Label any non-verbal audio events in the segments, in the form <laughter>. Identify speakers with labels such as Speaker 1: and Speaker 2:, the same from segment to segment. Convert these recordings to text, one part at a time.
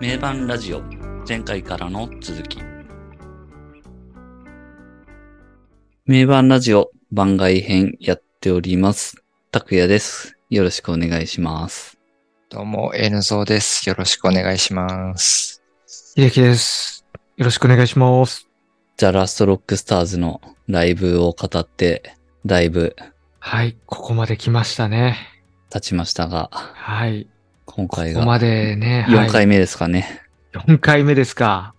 Speaker 1: 名盤ラジオ前回からの続き名盤ラジオ番外編やっております拓也ですよろしくお願いします
Speaker 2: どうも、N ゾーです。よろしくお願いします。
Speaker 3: 秀樹です。よろしくお願いします。
Speaker 1: ザ・ラストロックスターズのライブを語ってだいぶ
Speaker 3: はい、ここまで来ましたね。
Speaker 1: 経ちましたが
Speaker 3: はい、
Speaker 1: 今回
Speaker 3: ここま
Speaker 1: が
Speaker 3: でね。
Speaker 1: 4
Speaker 3: はい、
Speaker 1: 回目ですかね、
Speaker 3: 4回目ですか。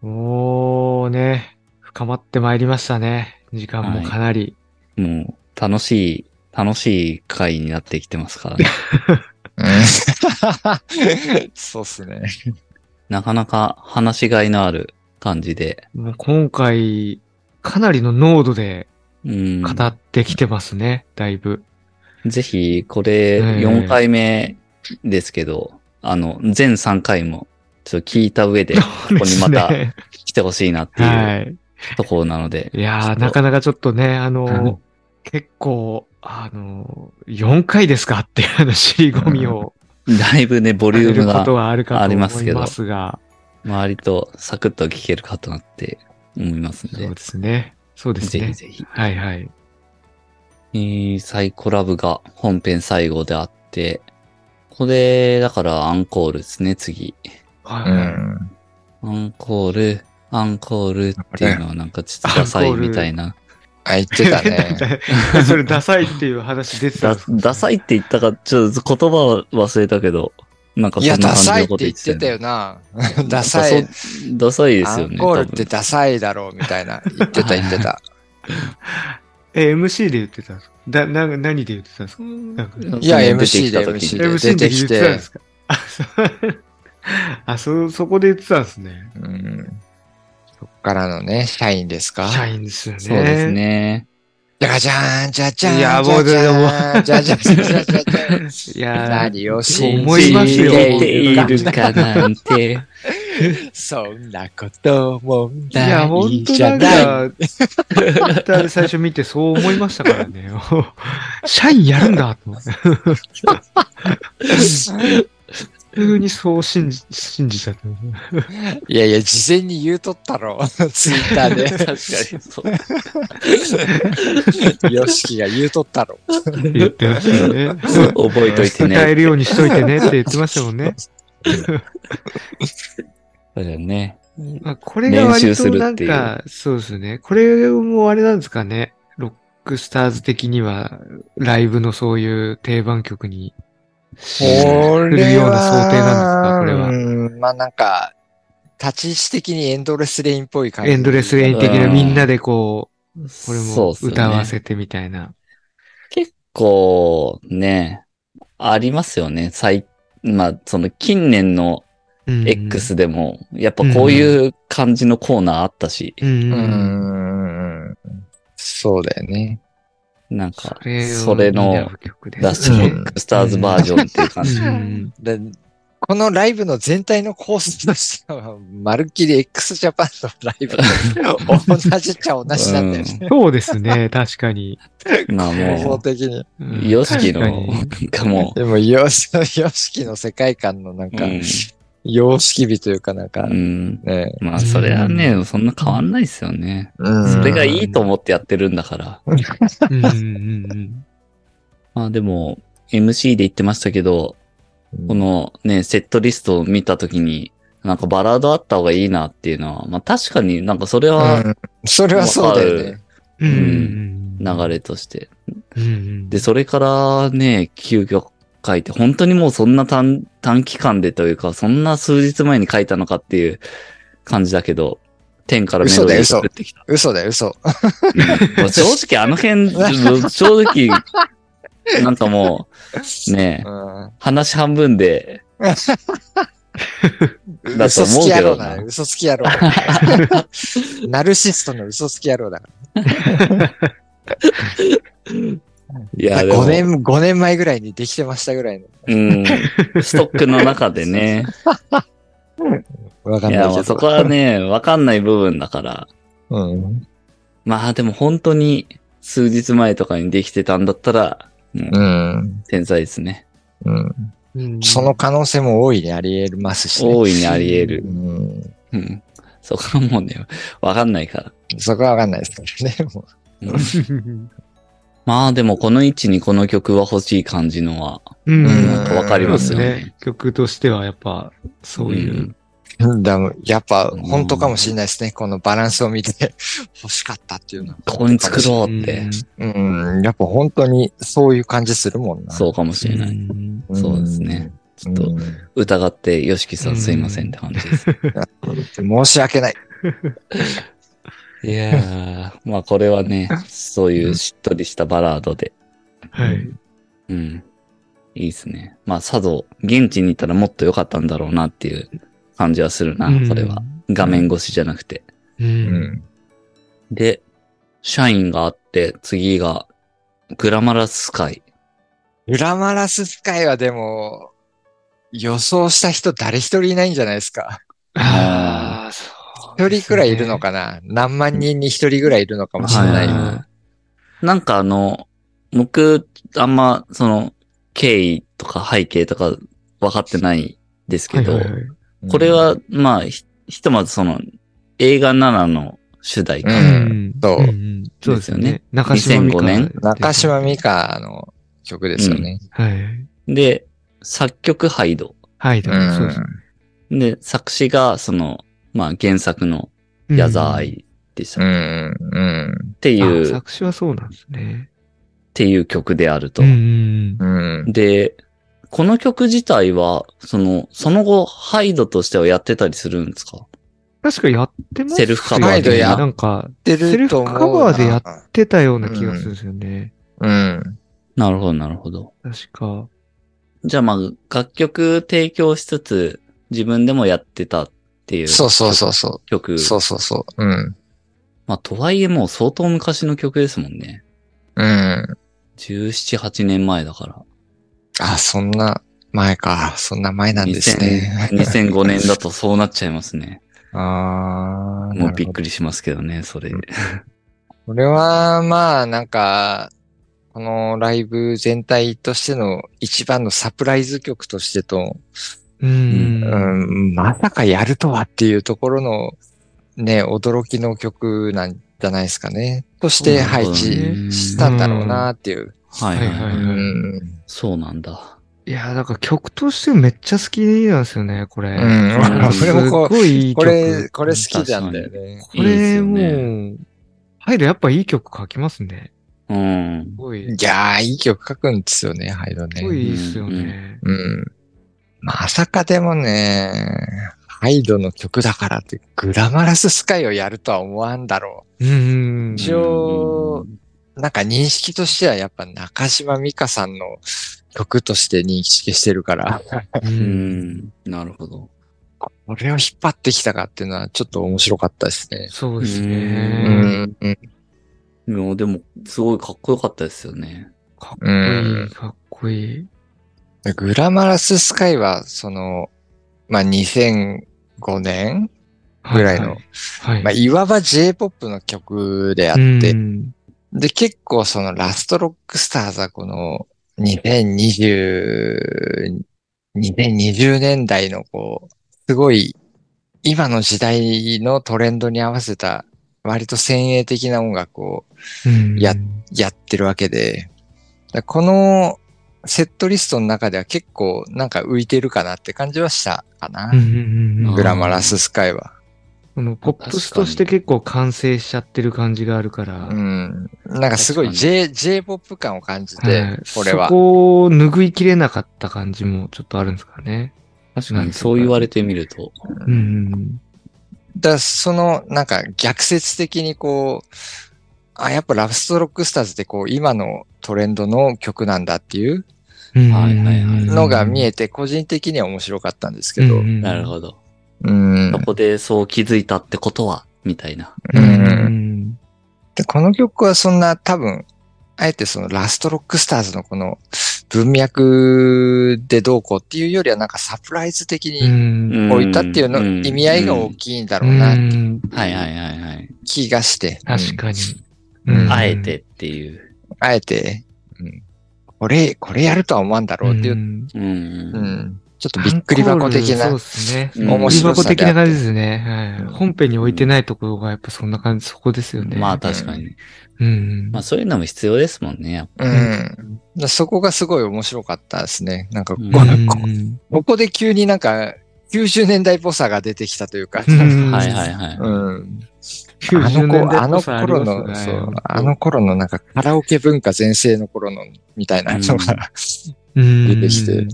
Speaker 3: もうね、深まってまいりましたね。時間もかなり。
Speaker 1: もう楽しい楽しい回になってきてますからね
Speaker 3: <laughs>
Speaker 2: うん、そうっすね。
Speaker 1: なかなか話しがいのある感じで
Speaker 3: もう今回、かなりの濃度で
Speaker 1: うん
Speaker 3: 語ってきてますね、だいぶ。
Speaker 1: ぜひ、これ、
Speaker 3: うん
Speaker 1: 4回目ですけど、あの、全3回も、ちょっと聞いた上
Speaker 3: <laughs>
Speaker 1: でこにまた
Speaker 3: ですね
Speaker 1: 来てほしいなっていう
Speaker 3: はい。
Speaker 1: ところなので、
Speaker 3: いや
Speaker 1: ちょっ
Speaker 3: ー、
Speaker 1: と
Speaker 3: なかなかちょっとね、あのー
Speaker 1: うん
Speaker 3: 結構、あのー、4回ですかっていうあの尻込みを、
Speaker 1: だいぶね、ボリューム
Speaker 3: 上げるこ
Speaker 1: が
Speaker 3: とはあるかと
Speaker 1: あ
Speaker 3: 思
Speaker 1: り
Speaker 3: い
Speaker 1: ま
Speaker 3: ますす
Speaker 1: けど
Speaker 3: が、
Speaker 1: 周りとサクッと聞けるかとなって思いますん
Speaker 3: そ
Speaker 1: で
Speaker 3: う、ですね。そうです
Speaker 1: ぜひ
Speaker 3: ね。
Speaker 1: ぜひ。
Speaker 3: はいはい。
Speaker 1: えーサイコラブが本編最後であって、これ、だからアンコールですね、次。
Speaker 3: は
Speaker 2: う
Speaker 3: いはい
Speaker 2: ん。
Speaker 1: アンコール、アンコールっていうのはなんかちょっとダサいみたいな。
Speaker 2: あ、言ってたね。
Speaker 3: <laughs> それダサいっていう話出てたん
Speaker 1: だ
Speaker 3: ですか、
Speaker 1: ダサいって言ったか、ちょっと言葉は忘れたけど、なんか
Speaker 2: い
Speaker 1: そん
Speaker 2: や、
Speaker 1: な
Speaker 2: ダ
Speaker 1: 感
Speaker 2: サ
Speaker 1: じ
Speaker 2: い
Speaker 1: の
Speaker 2: って
Speaker 1: こと言
Speaker 2: 言
Speaker 1: っ
Speaker 2: っ
Speaker 1: て
Speaker 2: てた
Speaker 1: たよ
Speaker 2: よな。ダサ
Speaker 1: なん
Speaker 2: い
Speaker 1: か。そダサいです
Speaker 2: ア
Speaker 1: よね。
Speaker 2: ンコールっ
Speaker 1: 多
Speaker 2: て
Speaker 1: 分
Speaker 2: ダサいだろうみたいな。言ってた言ってた。
Speaker 3: え、MC で言ってたんですかだな何で言ってたんですかなんか
Speaker 2: いや、
Speaker 1: 出てき
Speaker 2: MC
Speaker 1: た
Speaker 2: で
Speaker 1: 時
Speaker 2: MC
Speaker 1: に
Speaker 2: で出
Speaker 3: MC で
Speaker 2: て
Speaker 3: 言
Speaker 2: き
Speaker 3: ってたんで
Speaker 2: て。
Speaker 3: すかあそう <laughs> あ、そ、そこで言ってたんですね。
Speaker 2: うんそっからのね、社員ですか
Speaker 3: 社員ですよね。
Speaker 1: そうです。ね。
Speaker 2: じゃじゃーん、じゃじゃーん。
Speaker 3: いやもう
Speaker 2: じゃじゃ
Speaker 3: も
Speaker 2: ーん、じゃじゃーん、じゃじゃじゃーん。
Speaker 3: いやー
Speaker 2: 何を信
Speaker 3: 思い
Speaker 2: じ
Speaker 3: ますよ
Speaker 2: て
Speaker 1: 聞いてい
Speaker 2: いる
Speaker 1: るかなんて。
Speaker 2: そんなことも
Speaker 3: いや、
Speaker 2: な
Speaker 3: 本
Speaker 2: い
Speaker 3: 当
Speaker 2: じゃない。
Speaker 3: なんか、Twitter で最初見てそう思いましたからね。 <laughs> 社員やるんだと思って。急にそう信じ、信じちゃった。
Speaker 2: いやいや、事前に言うとったろ。 <laughs> ツイッター
Speaker 1: 確か
Speaker 2: で。
Speaker 1: にそう。
Speaker 2: <laughs> ヨシキが言うとったろ。
Speaker 3: 言ってましたよね。
Speaker 1: 覚えといて
Speaker 3: 使
Speaker 1: ね。
Speaker 3: <laughs> えるようにしといてねって言ってましたもんね。
Speaker 1: そうだよね。
Speaker 3: まあ、これが
Speaker 1: 練習
Speaker 3: 割
Speaker 1: す
Speaker 3: と
Speaker 1: る
Speaker 3: な
Speaker 1: っ
Speaker 3: ん
Speaker 1: ていう
Speaker 3: か、そうですね。これもあれなんですかね。ロックスターズ的には、ライブのそういう定番曲に。
Speaker 2: こ
Speaker 3: る
Speaker 2: れ
Speaker 3: よう
Speaker 2: は、
Speaker 3: な想定なんですかこ
Speaker 2: うんまあなんか、立ち位置的にエンドレスレインっぽい感じ。
Speaker 3: エンドレスレイン的な
Speaker 1: うん
Speaker 3: みんなでこう、これ
Speaker 1: そう
Speaker 3: も
Speaker 1: っすよね
Speaker 3: 歌わせてみたいな。
Speaker 1: 結構、ね、ありますよね。最、まあ、その近年の
Speaker 3: うん
Speaker 1: X でも、やっぱこういう感じのコーナーあったし、
Speaker 3: うん。
Speaker 2: う
Speaker 3: うん
Speaker 2: ん。そうだよね。
Speaker 1: なんか
Speaker 3: そ、れを
Speaker 1: それ
Speaker 3: 見
Speaker 1: の
Speaker 3: る曲ですね
Speaker 1: ラストロックスターズバージョンっていう感じ。
Speaker 3: うん
Speaker 2: でこのライブの全体の構成としては、まるっきり x ジャパンのライ
Speaker 3: <laughs>
Speaker 2: ブと同じっちゃ同じなんだよね。
Speaker 3: そうですね、確かに。
Speaker 1: <laughs> まあ
Speaker 2: 構造
Speaker 1: も
Speaker 2: 的に。
Speaker 3: う
Speaker 1: う、
Speaker 3: ん
Speaker 1: ヨシキの、
Speaker 3: 確か
Speaker 1: な
Speaker 3: に
Speaker 1: んかも
Speaker 2: でも、ヨシ、ヨシキの世界観のなん
Speaker 1: う、
Speaker 2: か、
Speaker 1: うん
Speaker 2: 様式美というかなんか、
Speaker 1: うん。
Speaker 2: ね。
Speaker 1: まあそれはね、そんな変わんないですよね。
Speaker 2: うん
Speaker 1: それがいいと思ってやってるんだから。
Speaker 3: うんうんうん
Speaker 1: まあでも、MC で言ってましたけど、このね、セットリストを見たときに、なんかバラードあった方がいいなっていうのは、まあ確かになんかそれは
Speaker 2: うんそれはそうだよね。
Speaker 3: うん
Speaker 1: 流れとして。
Speaker 3: うんうん
Speaker 1: で、それからね、急遽書いて、本当にもうそんな短短期間でというか、そんな数日前に書いたのかっていう感じだけど、天からメロディーを
Speaker 2: 嘘だ
Speaker 1: 作
Speaker 2: よ嘘
Speaker 1: ってきた。
Speaker 2: 嘘だよ、嘘。
Speaker 1: もう正直あの辺、正直、
Speaker 2: <laughs>
Speaker 1: なんかもう、ねえ、
Speaker 2: う
Speaker 1: 話半分
Speaker 2: <laughs>
Speaker 1: で、
Speaker 2: ん。
Speaker 1: だと
Speaker 2: 嘘
Speaker 1: 思
Speaker 2: つ
Speaker 1: う
Speaker 2: き
Speaker 1: け
Speaker 2: 野
Speaker 1: ど
Speaker 2: 郎
Speaker 1: な
Speaker 2: だな。嘘つき野郎。 <laughs> ナルシストの嘘つき野郎だから。
Speaker 1: いや、でも
Speaker 2: 5、年、5年前ぐらいにできてましたぐらいの。
Speaker 1: うん、ストックの中でね、
Speaker 2: わか
Speaker 1: い
Speaker 2: <laughs> んない
Speaker 1: や、
Speaker 2: け
Speaker 1: も
Speaker 2: ど。
Speaker 1: うそこはね、わかんない部分だから。
Speaker 2: うん。
Speaker 1: まあでも本当に数日前とかにできてたんだったら、もう
Speaker 2: うん。
Speaker 1: 天才ですね。
Speaker 2: うん。
Speaker 3: うん
Speaker 2: そ
Speaker 3: <laughs>
Speaker 2: の可能性も大いにあり得ますしね。
Speaker 1: 大いにあり得る。
Speaker 2: うん、
Speaker 1: うん。そこはもうね、わかんないから。
Speaker 2: そこはわかんないですけどね。もう
Speaker 1: うんまあでもこの位置にこの曲は欲しい感じのは、
Speaker 3: うん
Speaker 1: うんなんかわかりますよ
Speaker 3: そうです
Speaker 1: ね。
Speaker 3: ね。曲としてはやっぱ、そういう
Speaker 2: う
Speaker 3: う。
Speaker 2: んだからやっぱ本当かもしれないですね。このバランスを見て欲しかったっていうのは。
Speaker 1: ここに作ろ
Speaker 3: う
Speaker 1: うって
Speaker 3: ん、
Speaker 2: うん、やっぱ本当にそういう感じするもんな。
Speaker 1: そうかもしれない。
Speaker 3: うん
Speaker 2: ん
Speaker 1: そうですね。ちょっと
Speaker 2: う
Speaker 1: 疑って、よしきさんすいませんって感じです。
Speaker 2: ん申し訳ない。
Speaker 1: いやー、まあこれはね、そういうしっとりしたバラードで、
Speaker 3: はい。
Speaker 1: うん。いいですね。まあ佐渡、現地にいたらもっと良かったんだろうなっていう感じはするな、これは。画面越しじゃなくて。
Speaker 3: う。
Speaker 2: うんん。
Speaker 1: で、シャインがあって、次が、グラマラスカイ。
Speaker 2: グラマラススカイはでも、予想した人誰一人いないんじゃないですか。
Speaker 3: ああ、そ
Speaker 2: 一
Speaker 3: うですね。
Speaker 2: 人くらいいるのかな、何万人に一人ぐらいいるのかもしれ
Speaker 1: は
Speaker 2: ないい。
Speaker 1: はいはいなんかあの、僕、あんま、その、経緯とか背景とか分かってないですけど、
Speaker 3: はいはいはい
Speaker 1: これ、は、まあ、ひひとまずその、映画7の主題歌。
Speaker 2: う
Speaker 3: うんん
Speaker 2: そう
Speaker 3: うんそうですよね。中島美
Speaker 1: 2005
Speaker 3: 嘉。
Speaker 1: 年
Speaker 2: 中島美嘉の曲ですよね。
Speaker 3: はい。
Speaker 1: で、作曲ハイド。
Speaker 3: はい、
Speaker 2: う
Speaker 3: だから
Speaker 2: ん。
Speaker 3: そうです
Speaker 1: で、作詞が、その、まあ、原作の
Speaker 3: うん
Speaker 1: 矢沢愛でした。
Speaker 2: う
Speaker 1: っ
Speaker 2: ん。うん。
Speaker 1: ていう、
Speaker 3: あ
Speaker 1: っ
Speaker 3: 作詞はそうなんですね。
Speaker 1: ていう曲であると。
Speaker 3: うん
Speaker 2: うん。
Speaker 1: で、この曲自体は、その、その後、ハイドとしてはやってたりするんですか
Speaker 3: 確かやってます
Speaker 1: セルフカバ
Speaker 2: ーでやっ
Speaker 3: なんか、
Speaker 2: 出ると思うな
Speaker 3: セルフカバーでやっやってたような気がするんですよね。
Speaker 2: うん。
Speaker 1: なるほど、なるほど。
Speaker 3: 確か。
Speaker 1: じゃあまあ、楽曲提供しつつ、自分でもやってたっていう
Speaker 2: そうそうそうそ
Speaker 1: 曲。
Speaker 2: う。そうそうそう。うん。
Speaker 1: まあ、とはいえもう相当昔の曲ですもんね。
Speaker 2: うん。
Speaker 1: 17、8年前だか
Speaker 2: あ、そんな前か。そんな前な
Speaker 1: ら。
Speaker 2: んですね。
Speaker 1: 2000 2005年だとそうなっちゃいます
Speaker 2: <laughs>
Speaker 1: ね。
Speaker 2: ああ。
Speaker 1: もうびっくりしますけどね、それ。
Speaker 2: これは、まあ、なんか、このライブ全体としての一番のサプライズ曲としてと、
Speaker 3: う。
Speaker 2: うんん、まさかやるとはっていうところの、ね、驚きの曲なんじゃないですかね。として
Speaker 1: なる
Speaker 2: 配
Speaker 1: ほどね
Speaker 2: 置したんだろうなっていう。
Speaker 1: はいはいは
Speaker 3: はい
Speaker 1: い。
Speaker 3: う
Speaker 2: うんん。
Speaker 1: そうなんだ。
Speaker 3: いや、なんか曲としてめっちゃ好きなんですよね、これ。
Speaker 2: うん。
Speaker 1: こ
Speaker 2: れもこう
Speaker 3: すっごいいい
Speaker 2: こ
Speaker 3: 曲。
Speaker 2: れ、これ好きなんだよね。
Speaker 3: こ
Speaker 1: いいです
Speaker 3: れ
Speaker 1: よ
Speaker 3: も
Speaker 1: ね。
Speaker 3: う、ハイドやっぱいい曲書きますね。
Speaker 1: うん
Speaker 3: す。ごい、
Speaker 2: いやー、いい曲書くんですよね、ハイド
Speaker 3: すごい
Speaker 2: ね。
Speaker 3: いいっすよね。
Speaker 2: うん。まさかでもね、ハイドの曲だからって、グラマラススカイをやるとは思わんだろう。
Speaker 3: うん。
Speaker 2: 一応、なんか認識としてはやっぱ中島美嘉さんの曲として認識してるから、
Speaker 3: う。
Speaker 1: うんん。なるほど。
Speaker 2: これを引っ張ってきたかっていうのはちょっと面白かったですね。
Speaker 3: そうです
Speaker 2: う
Speaker 1: うん
Speaker 3: ね。
Speaker 2: ん。うん
Speaker 1: いや、でも、すごいかっこよかったですよね。
Speaker 3: かっこ
Speaker 2: う
Speaker 3: い
Speaker 2: ん
Speaker 3: い、かっこいい。
Speaker 2: グラマラススカイは、その、まあ、2005年ぐらいの、
Speaker 3: はい。
Speaker 2: <laughs> まあ、
Speaker 3: い
Speaker 2: いわば J-POP の曲であって、で、結構そのラストロックスターズはこの2020、2020年代のこう、すごい今の時代のトレンドに合わせた割と先鋭的な音楽を
Speaker 3: うん
Speaker 2: ややってるわけで、だこのセットリストの中では結構なんか浮いてるかなって感じはしたかな
Speaker 3: うんう。んうん
Speaker 1: あー
Speaker 2: グラマラススカイは。
Speaker 3: このポップスとして結構完成しちゃってる感じがあるから、
Speaker 2: うん。なんかすごい J、J-POP 感を感じ
Speaker 3: は
Speaker 2: て
Speaker 3: い、
Speaker 2: これは。
Speaker 3: そこを拭いきれなかった感じもちょっとあるんですかね。
Speaker 1: 確かに、そう言われてみると。
Speaker 3: うん
Speaker 2: だからその、なんか逆説的にこう、あ、やっぱラストロックスターズってこう、今のトレンドの曲なんだっていう
Speaker 3: うんうん。
Speaker 1: はいはいはい
Speaker 2: のが見
Speaker 3: え
Speaker 2: えて、個人的には面白かったんですけど。
Speaker 1: なるほど。
Speaker 2: うん
Speaker 1: そ。こでそう気づいたってことは、みたいな。
Speaker 3: う
Speaker 2: うん
Speaker 3: ん。
Speaker 2: でこの曲はそんな多分、あえてそのラストロックスターズのこの文脈でどうこうっていうよりはなんかサプライズ的
Speaker 3: う
Speaker 2: に
Speaker 3: ん。
Speaker 2: 置いたっていうの、
Speaker 1: うん
Speaker 2: 意味合いが大きいんだろうな、
Speaker 3: うん
Speaker 1: はいはいはいはい。
Speaker 2: 気がして。
Speaker 3: 確かに
Speaker 2: うん。
Speaker 3: うん
Speaker 1: あえて。っていう。
Speaker 2: あえて、これ、これやるとは思わんだろうっていう、うん、
Speaker 3: ん
Speaker 1: うんうん。
Speaker 2: ちょっとびっくり箱的
Speaker 3: アンコー
Speaker 2: な
Speaker 3: ルそうで、すね。
Speaker 1: うん
Speaker 3: びっ
Speaker 2: 面
Speaker 3: くり
Speaker 2: 白
Speaker 3: 箱
Speaker 2: さ
Speaker 3: 的
Speaker 2: であ
Speaker 3: な
Speaker 2: って
Speaker 3: 感じですね。
Speaker 2: うん
Speaker 3: はい。本編に置いてないところがやっぱそんな感じ、そこですよね。
Speaker 1: まあ確かにね。
Speaker 3: うん。
Speaker 1: まあそういうのも必要ですもんね。やっぱ
Speaker 2: うんん。だそこがすごい面白かったですね。なんかこ、
Speaker 1: うん
Speaker 2: こ
Speaker 3: うん
Speaker 2: ここで急になんか、90年代っぽさが出てきたというか、
Speaker 3: うん
Speaker 1: はいはいはい。
Speaker 2: うん。あ
Speaker 3: 90
Speaker 2: の
Speaker 3: 年
Speaker 2: 頃、
Speaker 3: 代
Speaker 2: あ
Speaker 3: っぽ
Speaker 2: の
Speaker 3: さありま
Speaker 2: 頃
Speaker 3: すよ
Speaker 2: の、
Speaker 3: ね
Speaker 2: そう、あの頃のなんかカラオケ文化全盛の頃の、みたいなのが、
Speaker 3: うん
Speaker 2: 出てきて、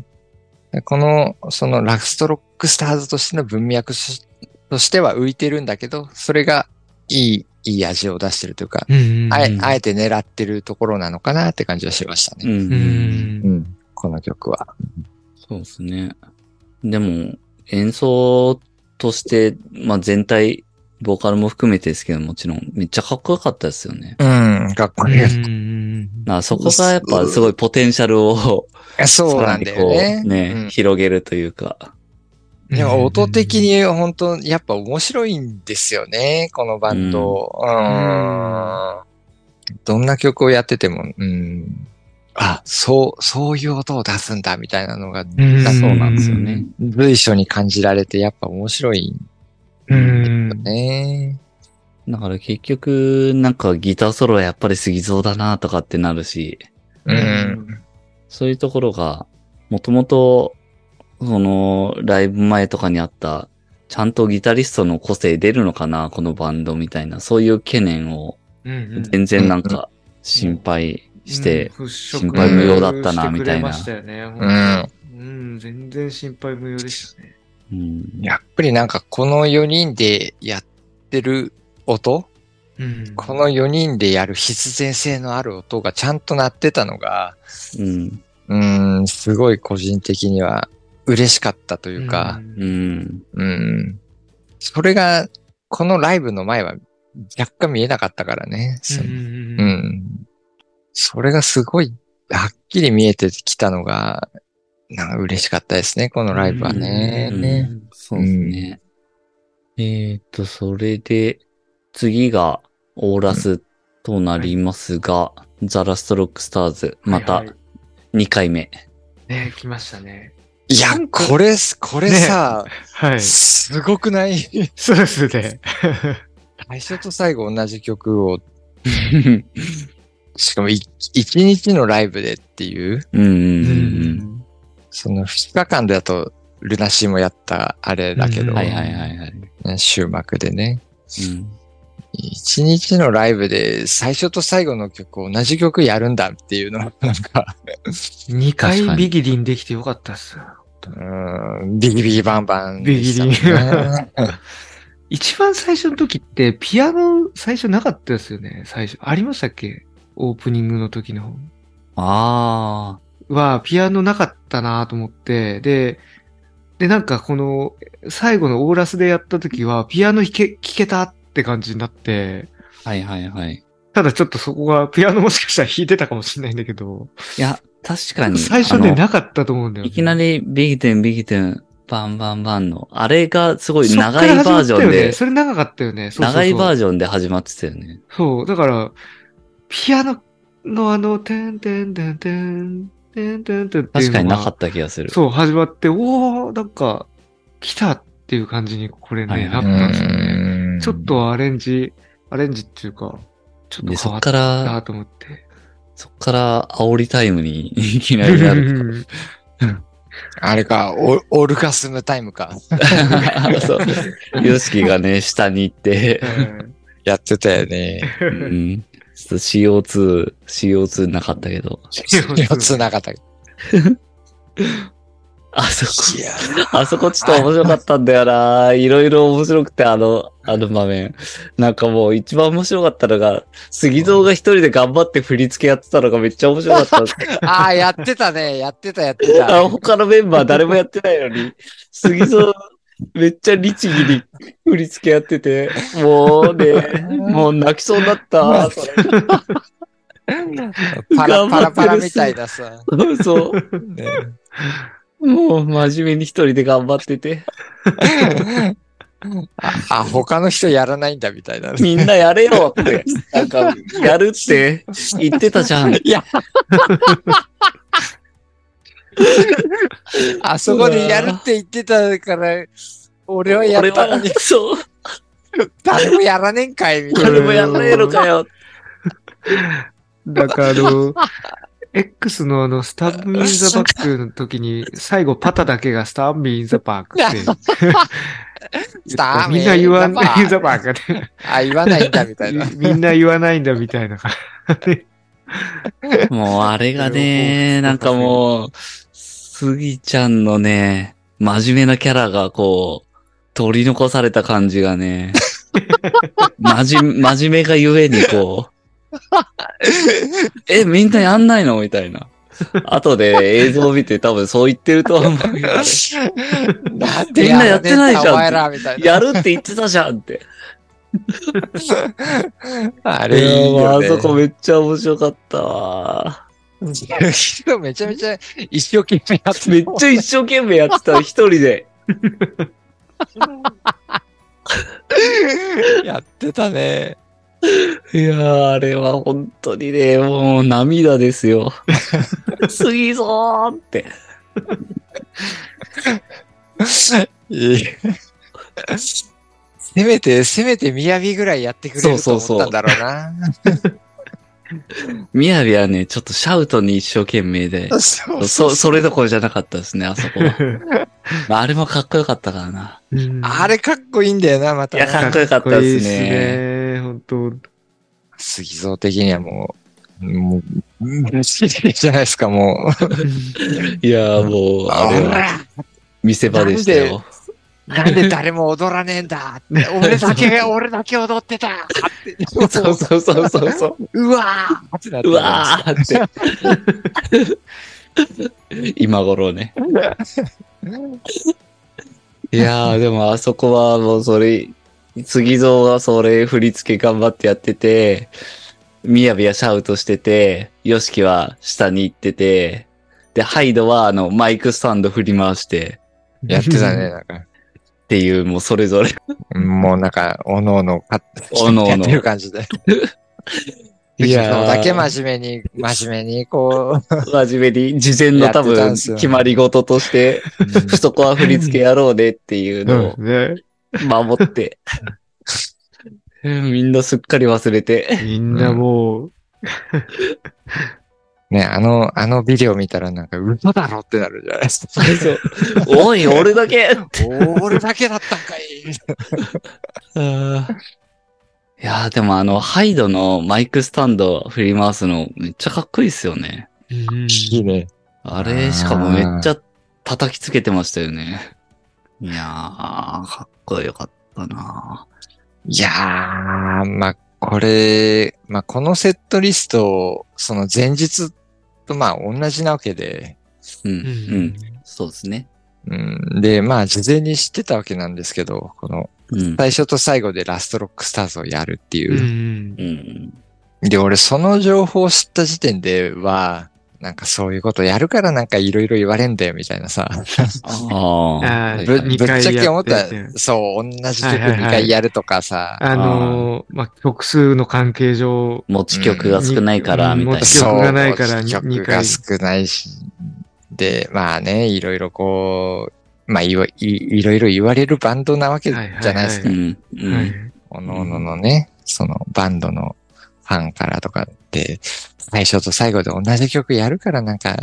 Speaker 2: でこの、そのラストロックスターズとしての文脈しとしては浮いてるんだけど、それがいい、いい味を出してるというか、
Speaker 3: うん。
Speaker 2: あえ
Speaker 1: うん
Speaker 2: あえて狙ってるところなのかなって感じはしました
Speaker 1: う
Speaker 2: ね。
Speaker 1: ん。
Speaker 3: うん。
Speaker 2: うん。この曲は。
Speaker 1: そうですね。でも、演奏として、まあ全体、ボーカルも含めてですけどもちろん、めっちゃかっこよかったですよね。
Speaker 2: うん、かっこいいです。
Speaker 3: うん
Speaker 1: だからそこがやっぱすごいポテンシャルを、
Speaker 2: <laughs> そうなんだよね
Speaker 1: さ。らにこう
Speaker 2: うん
Speaker 1: ね、広げるというか。
Speaker 2: でも音的に本当やっぱ面白いんですよね、このバンド。うーんどんな曲をやってても、うん、あ、そう、そういう音を出すんだみたいなのが
Speaker 3: うん。
Speaker 1: そうなんですよね。
Speaker 2: 随所に感じられてやっぱ面白い
Speaker 3: うん。
Speaker 2: ね。
Speaker 1: だから結局、なんかギターソロはやっぱり杉蔵だなとかってなるし、
Speaker 2: う。
Speaker 3: うんん。
Speaker 1: そういうところが、もともと、その、ライブ前とかにあった、ちゃんとギタリストの個性出るのかな、このバンドみたいな、そういう懸念を、
Speaker 3: うん。
Speaker 1: 全然なんか、心配して、
Speaker 3: うん、
Speaker 1: 心
Speaker 2: 配無
Speaker 1: 用だったなみたいな
Speaker 3: 払拭してくれま
Speaker 2: う
Speaker 3: したよね
Speaker 2: ん。
Speaker 3: うん、全然心配無用でしたね。
Speaker 1: うん
Speaker 2: やっぱりなんかこの4人でやってる音
Speaker 3: うん
Speaker 2: この4人でやる必然性のある音がちゃんと鳴ってたのが、
Speaker 1: うん、
Speaker 2: うーん、すごい個人的には嬉しかったというか、
Speaker 1: うん、
Speaker 2: うん、それが、このライブの前は若干見えなかったからね。そ
Speaker 3: うん
Speaker 2: う。ん。それがすごい、はっきり見えてきたのが、なんか嬉しかったですね、このライブはね。
Speaker 1: うん
Speaker 2: ね
Speaker 1: そうですね。えっと、それで、次が、オーラスとなりますが、ザ・ラスト・ロック・スターズ、ま
Speaker 3: は
Speaker 1: た
Speaker 3: いはい
Speaker 1: 2回 <laughs> 目。
Speaker 3: ね、来ましたね。
Speaker 2: いや、これ、これさ、
Speaker 3: はい。
Speaker 2: すごくない
Speaker 3: そうですね。
Speaker 2: 最初と最後同じ曲を、しかもい一日のライブでっていう。
Speaker 1: うんうんう
Speaker 3: う
Speaker 1: ん
Speaker 3: ん。
Speaker 2: その2日間だと、ルナシーもやったあれだけ
Speaker 1: う
Speaker 2: ど、
Speaker 1: ん。
Speaker 3: ん
Speaker 1: はいはいはいはい。
Speaker 2: ね終幕でね。
Speaker 1: うん
Speaker 2: 一日のライブで最初と最後の曲を同じ曲やるんだっていうのは、なんか、
Speaker 3: 2
Speaker 1: 確か
Speaker 3: 回
Speaker 1: に
Speaker 3: ビギリンできてよかったっす。
Speaker 2: うーん、ビリビリバンバンでしたね、
Speaker 3: ビリビリ一番最初の時って、ピアノ最初なかったですよね、最初。ありましたっけオープニングの時の方。
Speaker 1: あ
Speaker 3: は、ピアノなかったなと思って、で、で、なんかこの、最後のオーラスでやった時は、ピアノ弾け、弾けたって感じになって、
Speaker 1: あ、はいはいはい。
Speaker 3: ただちょっとそこが、ピアノもしかしたら弾いてたかもしれないんだけど、
Speaker 1: いや、確かに。
Speaker 3: 最初
Speaker 1: あ
Speaker 3: ね、
Speaker 1: の
Speaker 3: なかったと思うんだよ、ね。
Speaker 1: いきなりビギテンビギテン、バンバンバンの、あれがすごい
Speaker 3: そっから
Speaker 1: 長いバージョン
Speaker 3: 始まったよね
Speaker 1: で、
Speaker 3: それ長かったよね。そうそうそう
Speaker 1: 長いバージョンで始まってたよね。
Speaker 3: そう、だから、ピアノのあの、てんてんてんてん、てんてんてんっていう
Speaker 1: 確
Speaker 3: のが
Speaker 1: かになかった気がする。
Speaker 3: そう、始まって、おー、なんか、来たっていう感じに、これね、
Speaker 1: はいは
Speaker 3: なっ
Speaker 1: い
Speaker 3: たんですよね。
Speaker 2: うん
Speaker 3: ちょっ、とアレンジ、アレンジっていうか、ちょっと
Speaker 1: で、
Speaker 3: 変
Speaker 1: そ
Speaker 3: わ
Speaker 1: っ
Speaker 3: っ
Speaker 1: か
Speaker 3: た
Speaker 1: ら、
Speaker 3: なと思って。
Speaker 1: そっから煽りタイムに <laughs> いきなりなる。
Speaker 2: あれか、オオルガスムタイムか。
Speaker 1: そう。ヨシキがね、下に行って、
Speaker 2: やってたよね。
Speaker 1: うん、ちょっと CO2、CO2 なかったけど。
Speaker 2: 4つなかった。い
Speaker 1: あそこ、
Speaker 2: や、
Speaker 1: あそこちょっと面白かったんだよな。いろいろ面白くて、あの、あの場面。なんかもう一番面白かったのが、杉蔵が一人で頑張って振り付けやってたのがめっちゃ面白かったんですけど。
Speaker 2: ああ、やってたね。やってた、やってた。
Speaker 1: <laughs> あの他のメンバー誰もやってないの <laughs> に、杉蔵、めっちゃ律儀に振り付けやってて、もう <laughs> ね、もう泣きそうになった。それ
Speaker 2: パラ
Speaker 1: 頑
Speaker 2: パ
Speaker 1: 張ってる
Speaker 2: ラパラみたいなさ。
Speaker 1: そうそう。
Speaker 2: ね
Speaker 1: もう真面目に一人で頑張ってて、
Speaker 2: あ、 <laughs> 他の人やらないんだみたいな。
Speaker 1: みんなやれ <laughs> よって、なんか、やるって言ってたじゃん。
Speaker 2: いや、あそこでやるって言ってたから、俺はや
Speaker 1: 俺
Speaker 2: ったの
Speaker 1: は
Speaker 2: に、、
Speaker 1: そう、
Speaker 2: 誰もやらねんかい、 <laughs> みたいな。
Speaker 1: 誰もやんないのかよ。
Speaker 3: だからあの、X のあの、スタンビーインザバックの時に、最後パタだけがスタンビーインザパークって。
Speaker 2: スタンビーイ
Speaker 3: み
Speaker 2: ン
Speaker 3: ん
Speaker 2: ザパーク
Speaker 3: な言わない、イン
Speaker 2: <laughs>
Speaker 3: ザパークって
Speaker 2: あ、言わないんだ、みた <laughs> いな。
Speaker 3: みんな言わないんだみたいな。
Speaker 1: <laughs> もうあれがね、なんかもう、スギちゃんのね、真面目なキャラがこう、取り残された感じが <laughs> ね、真面目、真面目がゆえにこ <laughs> う、え、みんなやんないのみたいな。後で映像を見て多分そう言ってるとは思うよ。
Speaker 2: なん
Speaker 1: みんなやってないじゃん
Speaker 2: やらねえだお前ら、みたいな。
Speaker 1: やるって言ってたじゃんって。
Speaker 2: あ
Speaker 1: あ
Speaker 2: れいいよ、ね。
Speaker 1: あそこめっちゃ面白かったわ。
Speaker 2: 人 <laughs> めちゃめちゃ一生懸命やって
Speaker 1: めっちゃ一生懸命やってた、一人で。
Speaker 2: やってたね。
Speaker 1: いやー、あれは本当にね、もう涙ですよ。 <laughs> すぎぞーって。
Speaker 2: <laughs> いいせめて、せめて雅ぐらいやってくれると
Speaker 1: そう
Speaker 2: 思
Speaker 1: そうそう
Speaker 2: ったんだろうな。
Speaker 1: みやびはね、ちょっとシャウトに一生懸命で、
Speaker 2: そ
Speaker 1: そ、それどころじゃなかったですね、あそこ <laughs> は。まああれもかっこよかったからな。
Speaker 2: あ
Speaker 3: れ
Speaker 2: れかっこいいんだよな、また
Speaker 1: いやか
Speaker 2: な。
Speaker 1: っこよかったですね
Speaker 3: いいっすね。本当
Speaker 2: 杉蔵的にはもう、もう、無視じゃないですか、もう。
Speaker 1: いやー、もう、あれは見せ場でしたよ。
Speaker 2: なんで誰も踊らねえんだって。俺だけ、俺だけ踊ってたって。
Speaker 1: <laughs> そうそうそうそうそう。
Speaker 2: うわーってなって
Speaker 1: う
Speaker 2: る
Speaker 1: わー <laughs> って。今頃ね。いやー、でもあそこはもうそれ、杉蔵がそれ振り付け頑張ってやってて、みやびはシャウトしてて、よしきは下に行ってて、で、ハイドはあの、マイクスタンド振り回して、
Speaker 2: やってたね、。なんか。
Speaker 1: っていう、もうそれぞれ。
Speaker 2: もうなんか、おのおの、か
Speaker 1: おのおの
Speaker 2: やってる感じで。
Speaker 1: いやー
Speaker 2: 藤野だけ真面目に、真面目に、こう、
Speaker 1: 真面目に、事前の多
Speaker 2: やってた
Speaker 1: 分、
Speaker 2: んすよ
Speaker 1: 決まり事として、そこは振り付けやろうねっていう
Speaker 3: う
Speaker 1: のを
Speaker 3: ん、ね。
Speaker 1: <laughs> 守って。みんなすっかり忘れて。
Speaker 3: みんなもう、
Speaker 2: ね、あの、あのビデオ見たらなんか、嘘だろってなるじゃないですか。
Speaker 1: そう <laughs> おい、俺だけ
Speaker 2: 俺だけだったんかい。
Speaker 1: いやーでもあの、ハイドのマイクスタンド振り回すのめっちゃかっこいいっすよね。
Speaker 3: うん
Speaker 2: いいね。
Speaker 1: あれ、しかもめっちゃ叩きつけてましたよね。いやー、かっこよかったない
Speaker 2: やー、まあ、これ、まあ、このセットリスト、その前日とまあ、同じなわけで、
Speaker 1: うん、
Speaker 3: う
Speaker 1: うん、そうですね。
Speaker 2: うん、で、まあ、事前に知ってたわけなんですけど、この、
Speaker 1: うん。
Speaker 2: 最初と最後でラストロックスターズをやるっていうう。
Speaker 3: ん
Speaker 1: うん。
Speaker 2: で、俺その情報を知った時点では、なんかそういうことやるからなんかいろいろ言われんだよみたいなさ。
Speaker 1: あー
Speaker 3: あ
Speaker 1: はい
Speaker 3: ー
Speaker 1: は
Speaker 2: ぶ
Speaker 1: い
Speaker 2: ぶっちゃけ思った
Speaker 3: 二回やってて
Speaker 2: そう、同じ曲
Speaker 3: はいはいはい
Speaker 2: 2回やるとかさ。
Speaker 3: あのー、まあ、曲数の関係上、
Speaker 1: 持ち曲が少ないから、
Speaker 3: うん
Speaker 1: みたいな。
Speaker 3: 持ち曲がないから
Speaker 2: そう
Speaker 3: に
Speaker 2: 曲が少ないし。で、まあね、いろいろこう、まあいわいいろいろ言われるバンドなわけじゃないですか
Speaker 1: う。ん。うん。
Speaker 3: はい
Speaker 2: おのおののね、そのバンドのファンからとかって、最初と最後で同じ曲やるからなんか、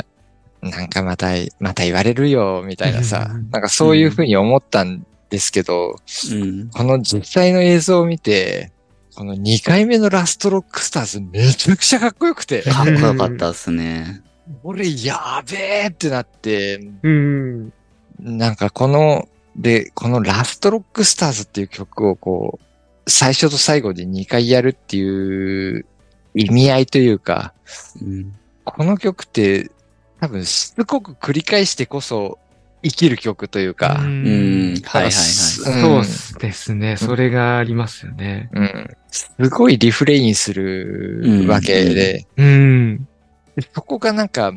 Speaker 2: なんかまた、また言われるよ、みたいなさ
Speaker 3: う、ん
Speaker 2: なんかそういうふうに思ったんですけど、
Speaker 1: うん。
Speaker 2: この実際の映像を見て、この2回目のラストロックスターズめちゃくちゃかっこよくて、
Speaker 1: かっこよかったっすね。
Speaker 2: 俺やべえってなって、
Speaker 3: うん。
Speaker 2: なんかこの、で、このラストロックスターズっていう曲をこう、最初と最後で2回やるっていう意味合いというか、
Speaker 1: うん。
Speaker 2: この曲って多分しつこく繰り返してこそ生きる曲というか、
Speaker 1: う
Speaker 3: うん
Speaker 1: ん。はいはいはい。
Speaker 2: そ
Speaker 3: そううですね。それがありますよね。
Speaker 2: うん、すごいリフレインするわけで、
Speaker 3: うん。
Speaker 2: そこがなんか、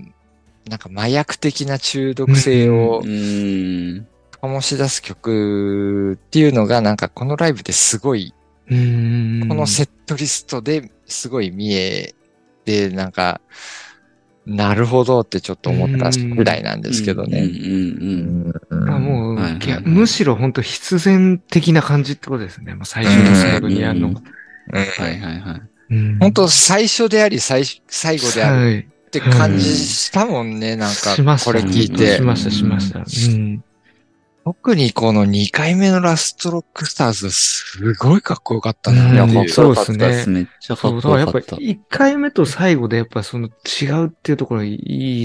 Speaker 2: なんか麻薬的な中毒性を
Speaker 1: うん。
Speaker 2: 醸し出す曲っていうのがなんかこのライブですごい
Speaker 3: うん。
Speaker 2: このセットリストですごい見えて、なんか、なるほどってちょっと思ったぐらいなんですけど
Speaker 1: うん
Speaker 2: ね。
Speaker 1: うん
Speaker 2: うん
Speaker 3: あもう、
Speaker 1: はいはいはい
Speaker 3: いやむしろ本当必然的な感じってことですね。もう最初と最後にやるのが。
Speaker 2: うん
Speaker 1: うん。はいはいはい。
Speaker 3: うん
Speaker 2: 本当最初であり最し、最後である
Speaker 3: はい。
Speaker 2: って感じしたもんね、なんか
Speaker 3: しま、し
Speaker 2: こ
Speaker 3: た
Speaker 2: れ聞いて
Speaker 3: し。ました、しました。うん。
Speaker 2: 特にこの2回目のラストロックスターズ、すごいかっこよかった
Speaker 3: うん
Speaker 1: い
Speaker 2: な。
Speaker 1: や、
Speaker 2: やっ
Speaker 1: かっこ
Speaker 2: ぱうん
Speaker 1: よ
Speaker 3: そう
Speaker 1: かった
Speaker 3: ですね
Speaker 1: です。めっちゃか
Speaker 3: そ
Speaker 1: っ
Speaker 3: う、
Speaker 1: こ
Speaker 3: だからや
Speaker 1: よか
Speaker 3: っぱ
Speaker 1: った。
Speaker 3: 1回目と最後でやっぱその違うっていうところい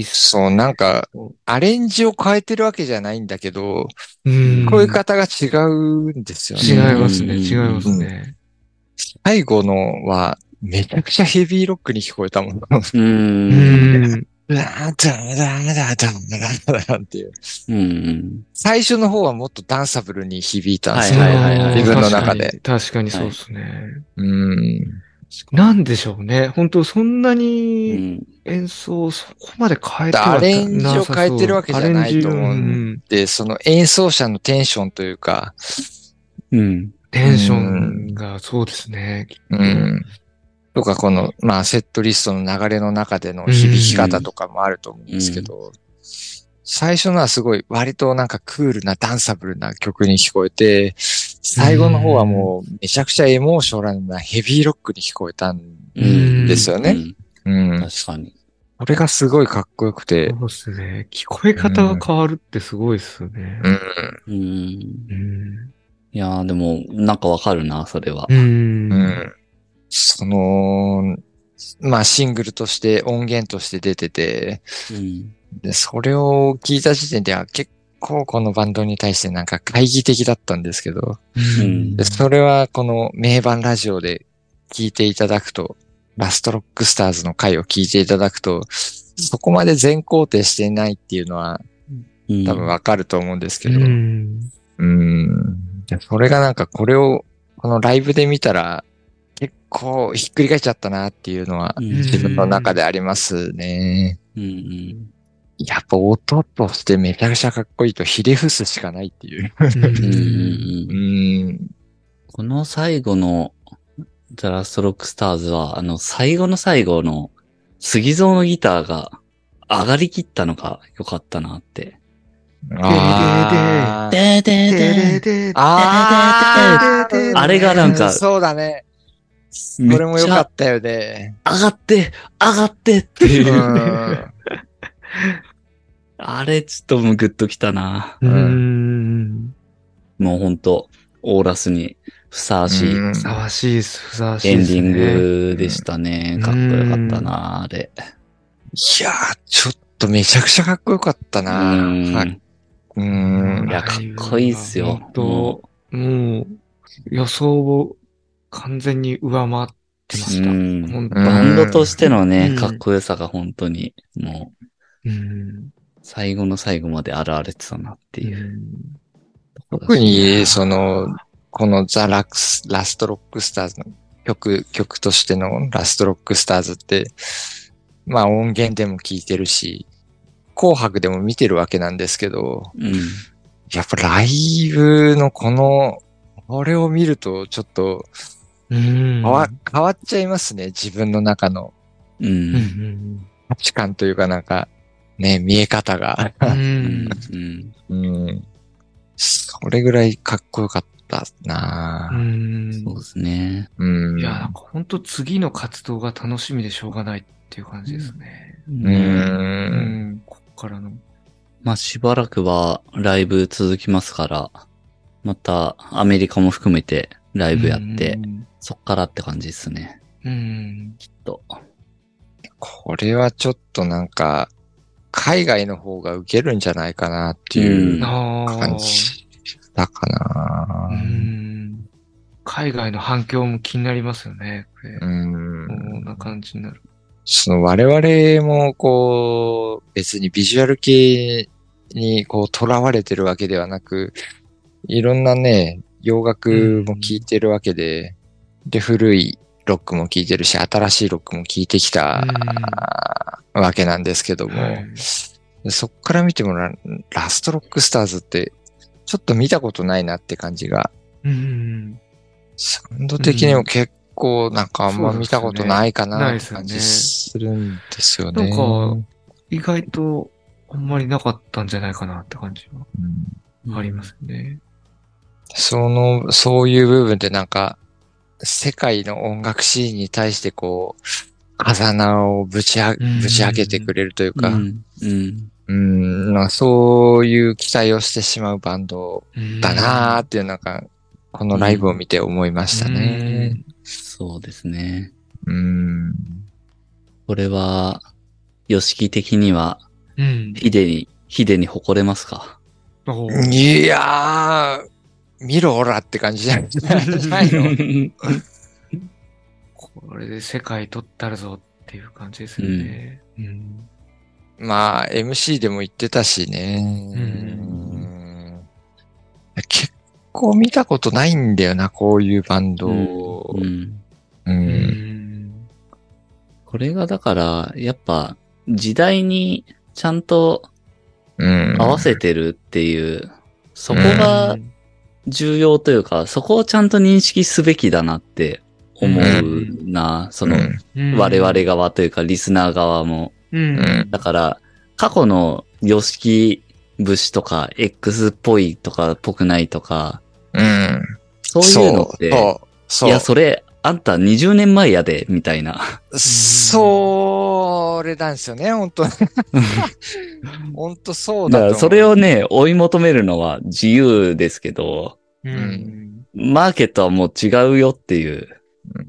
Speaker 3: いっす。
Speaker 2: そう、なんか、アレンジを変えてるわけじゃないんだけど、
Speaker 3: うん
Speaker 2: こういう方が違うんですよ
Speaker 3: 違い
Speaker 2: ね。
Speaker 3: ますね、
Speaker 1: うん
Speaker 3: 違いますね。
Speaker 2: 最後のは、めちゃくちゃヘビーロックに聞こえたもん。
Speaker 1: う。
Speaker 3: うんん。
Speaker 2: うわー、ダメだ、ダメだ、ダメだ、ダメだっていう。
Speaker 1: うん。
Speaker 2: 最初の方はもっとダンサブルに響いたんですよ。
Speaker 1: はいはいはい
Speaker 2: 自分の中で
Speaker 3: 確かに。確かにそうですね。
Speaker 2: うん。
Speaker 3: なんでしょうね。本当そんな
Speaker 1: う
Speaker 3: に
Speaker 1: ん。
Speaker 3: 演奏をそこまで変えては
Speaker 2: アレンジを変えてるわけじゃないと思う
Speaker 3: アレンジん
Speaker 2: で、その演奏者のテンションというか、
Speaker 1: うん。
Speaker 3: テンションがそうですね。
Speaker 2: うん。とか、この、まあ、セットリストの流れの中での響き方とかもあると思うんですけど、最初のはすごい、割となんかクールなダンサブルな曲に聞こえて、最後の方はもう、めちゃくちゃエモーショナルなヘビーロックに聞こえたん
Speaker 1: うん。
Speaker 2: ですよね。うん。
Speaker 1: 確かに。
Speaker 2: これがすごいかっこよくて、
Speaker 3: そうですね。聞こえ方が変わるってすごいですよね。
Speaker 2: うん。
Speaker 1: うん。
Speaker 3: うん。
Speaker 1: いやー、でも、なんかわかるな、それは。
Speaker 3: うん。
Speaker 2: うん。その、まあ、シングルとして、音源として出てて、
Speaker 1: うん。
Speaker 2: で、それを聞いた時点では結構このバンドに対してなんか懐疑的だったんですけど、
Speaker 1: うん
Speaker 2: で、それはこの名盤ラジオで聞いていただくと、ラストロックスターズの回を聞いていただくと、そこまで全肯定してないっていうのは
Speaker 1: うん
Speaker 2: 多分わかると思うんですけど、
Speaker 3: う
Speaker 2: うん
Speaker 3: ん。
Speaker 2: ーん。でそれがなんかこれを、このライブで見たら、結構ひっくり返っちゃったなっていうのは
Speaker 1: うん
Speaker 2: 自分の中でありますね。
Speaker 1: うん。
Speaker 2: やっぱ音としてめちゃくちゃかっこいいとひれ伏すしかないっていう。
Speaker 1: うん。うん
Speaker 2: う
Speaker 1: うん
Speaker 2: ん。
Speaker 1: この最後の、ザラストロックスターズは、あの、最後の最後の、杉蔵のギターが、上がりきったのが良かったなって。
Speaker 2: あー
Speaker 1: ででで
Speaker 3: で
Speaker 2: あ
Speaker 3: でででで
Speaker 2: ー
Speaker 1: あれがなんか
Speaker 2: そうだね。 <laughs> そ
Speaker 1: めっちゃ
Speaker 2: れも良かったよね。
Speaker 1: 上がって上がってって
Speaker 2: う
Speaker 1: いう。
Speaker 2: ん
Speaker 1: あれ、ちょっともうグッときたな。
Speaker 3: うん。
Speaker 1: もうほんと、オーラスにふさわしい
Speaker 2: うん
Speaker 3: ふさわしいです。ふさわし
Speaker 1: エ
Speaker 3: いで
Speaker 1: ン
Speaker 3: す
Speaker 1: ディ
Speaker 3: ね。
Speaker 1: ングでしたね。
Speaker 3: うん
Speaker 1: かっこよかったな、あれ。
Speaker 2: いやー、ちょっとめちゃくちゃかっこよかった
Speaker 1: う
Speaker 2: な。はい
Speaker 1: ん。
Speaker 2: うん
Speaker 1: いや、かっこいいっすよ。
Speaker 3: 本当もう、予想を完全に上回ってまし
Speaker 1: う
Speaker 3: た。
Speaker 1: ん
Speaker 3: 本当
Speaker 1: バンドとしてのね
Speaker 3: う、ん
Speaker 1: かっこよさが本当に、もう、
Speaker 3: うん。
Speaker 1: 最後の最後まで現れてたなっていうところだし。
Speaker 2: 特に、その、このザ・ラクス、ラストロックスターズの曲、曲としてのラストロックスターズって、まあ音源でも聴いてるし、紅白でも見てるわけなんですけど、
Speaker 1: うん、
Speaker 2: やっぱライブのこの、これを見るとちょっと
Speaker 3: うん。
Speaker 2: 変わ変わっちゃいますね、自分の中の
Speaker 1: う。
Speaker 3: うん
Speaker 1: うん
Speaker 3: ん。
Speaker 2: 価値観というかなんか、ね、見え方が。
Speaker 3: うん。
Speaker 1: うん
Speaker 2: うん。それぐらいかっこよかった
Speaker 3: う。
Speaker 2: なん
Speaker 1: <laughs> そうですね。
Speaker 2: うん。
Speaker 3: いや、なんか本当次の活動が楽しみでしょうがないっていう感じですね。
Speaker 1: う
Speaker 2: うん。
Speaker 3: うんん。こっからの。
Speaker 1: まあ、しばらくはライブ続きますから、またアメリカも含めてライブやって、そっからって感じですね。
Speaker 3: うん。
Speaker 1: きっと。
Speaker 2: これはちょっとなんか、海外の方が受けるんじゃないかなっていううん
Speaker 3: ああ。
Speaker 2: 感じだか
Speaker 3: う
Speaker 2: な。
Speaker 3: ん。海外の反響も気になりますよね。これ
Speaker 2: う
Speaker 3: こん
Speaker 2: ん。
Speaker 3: な感じになる。
Speaker 2: その我々もこう、別にビジュアル系にこう、囚われてるわけではなく、いろんなね、洋楽も聴いてるわけで、で、古いロックも聴いてるし、新しいロックも聴いてきたわけなんですけども、
Speaker 3: はい
Speaker 2: でそっから見てもらラストロックスターズって、ちょっと見たことないなって感じが、
Speaker 3: うん。
Speaker 2: サウンド的にも結構なんかあんま見たことないかなって感
Speaker 3: そう
Speaker 2: じ
Speaker 3: です
Speaker 2: するんですよね。
Speaker 3: なんか意外とあんまりなかったんじゃないかなって感じ
Speaker 2: うん
Speaker 3: はありますね。
Speaker 2: その、そういう部分でなんか、世界の音楽シーンに対してこう、風穴をぶちあ、
Speaker 3: うん
Speaker 2: ぶち上げてくれるというか、
Speaker 1: う
Speaker 2: うん、
Speaker 1: ん。うん。
Speaker 2: なんかそういう期待をしてしまうバンドだなーっていうなんか、このライブを見て思いましたね。
Speaker 1: そうですね。
Speaker 2: うん。
Speaker 1: これは、ヨシキ的には、
Speaker 3: うん。うん。
Speaker 1: ヒデに、ヒデに誇れますか
Speaker 3: おー
Speaker 2: いやー、見ろオラって感じじゃないない
Speaker 1: <laughs>
Speaker 2: <laughs> の
Speaker 3: これで世界取ったるぞっていう感じですよね。うん。
Speaker 2: まあ、MC でも言ってたしね。
Speaker 3: うん
Speaker 2: うん結構見たことないんだよな、こういうバンドを。
Speaker 1: うん。
Speaker 2: う
Speaker 3: うんん。
Speaker 1: これがだから、やっぱ、時代にちゃんと
Speaker 2: うん
Speaker 1: 合わせてるっていう、そこが
Speaker 3: うん
Speaker 1: 重要というか、そこをちゃんと認識すべきだなって思うな、その、
Speaker 2: うん
Speaker 1: 我々側というか、リスナー側も。
Speaker 3: うん。
Speaker 2: うん
Speaker 1: だから、過去の様式節とか、X っぽいとか、っぽくないとか、
Speaker 2: うん。
Speaker 1: そういうのって、
Speaker 2: そう、
Speaker 1: い
Speaker 2: そう
Speaker 1: や、それ、あんた20年前やで、みたいな。
Speaker 2: そう、それなんですよね、本当本当そう
Speaker 1: だから、
Speaker 2: だと思う。
Speaker 1: それをね、追い求めるのは自由ですけど、
Speaker 3: うん。
Speaker 1: マーケットはもう違うよっていう、
Speaker 2: うん、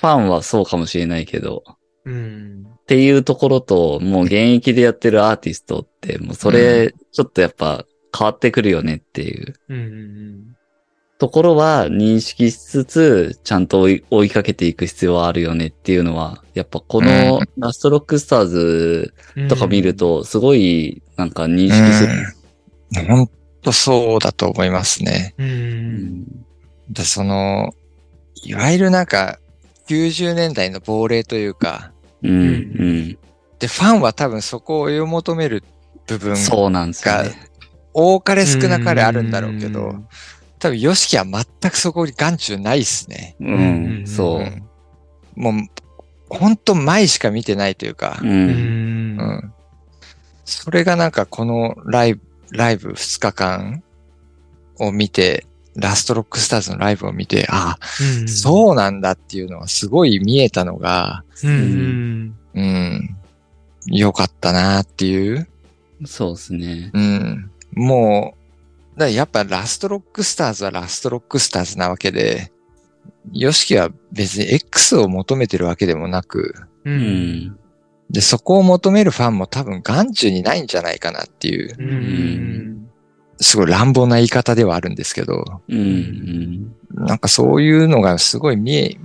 Speaker 1: ファンはそうかもしれないけど、
Speaker 3: うん。
Speaker 1: っていうところと、もう現役でやってるアーティストって、もうそれ、ちょっとやっぱ変わってくるよねっていう
Speaker 3: うん。
Speaker 1: ところは認識しつつ、ちゃんと追い追いかけていく必要はあるよねっていうのは、やっぱこの
Speaker 2: う
Speaker 1: ラストロックスターズ
Speaker 3: うん
Speaker 1: とか見る、と、すごいなんか認識する。
Speaker 2: 本当そうだと思いますね。
Speaker 3: う。
Speaker 1: うんん
Speaker 2: で、その、いわゆるなんか、90年代の亡霊というか、
Speaker 1: うん、うん。
Speaker 2: で、ファンは多分そこを追い求める部分が
Speaker 1: そうなんですよね。
Speaker 2: 多かれ少なかれあるんだろうけど、
Speaker 3: ん
Speaker 2: 多分ヨシキは全くそこに眼中ないっすね。
Speaker 1: う
Speaker 3: うん
Speaker 1: ん、そうう。
Speaker 2: んもう、ほんと前しか見てないというか
Speaker 1: う、。
Speaker 3: うんん
Speaker 2: う。んそれがなんかこのライブ、ライブ2日間を見て、ラストロックスターズのライブを見て、ああ、
Speaker 3: うん
Speaker 2: そうなんだっていうのはすごい見えたのが、
Speaker 3: うん。
Speaker 2: うん、良かったなっていう。
Speaker 1: そうですね。
Speaker 2: うん。もう、だからやっぱラストロックスターズはラストロックスターズなわけで、ヨシキは別に X を求めてるわけでもなく、
Speaker 1: う
Speaker 3: う。
Speaker 1: んん。
Speaker 2: で、そこを求めるファンも多分眼中にないんじゃないかなっていう、
Speaker 3: うんん。
Speaker 2: すごい乱暴な言い方ではあるんですけど、
Speaker 1: うん。うん
Speaker 2: なんかそういうのがすごい見え、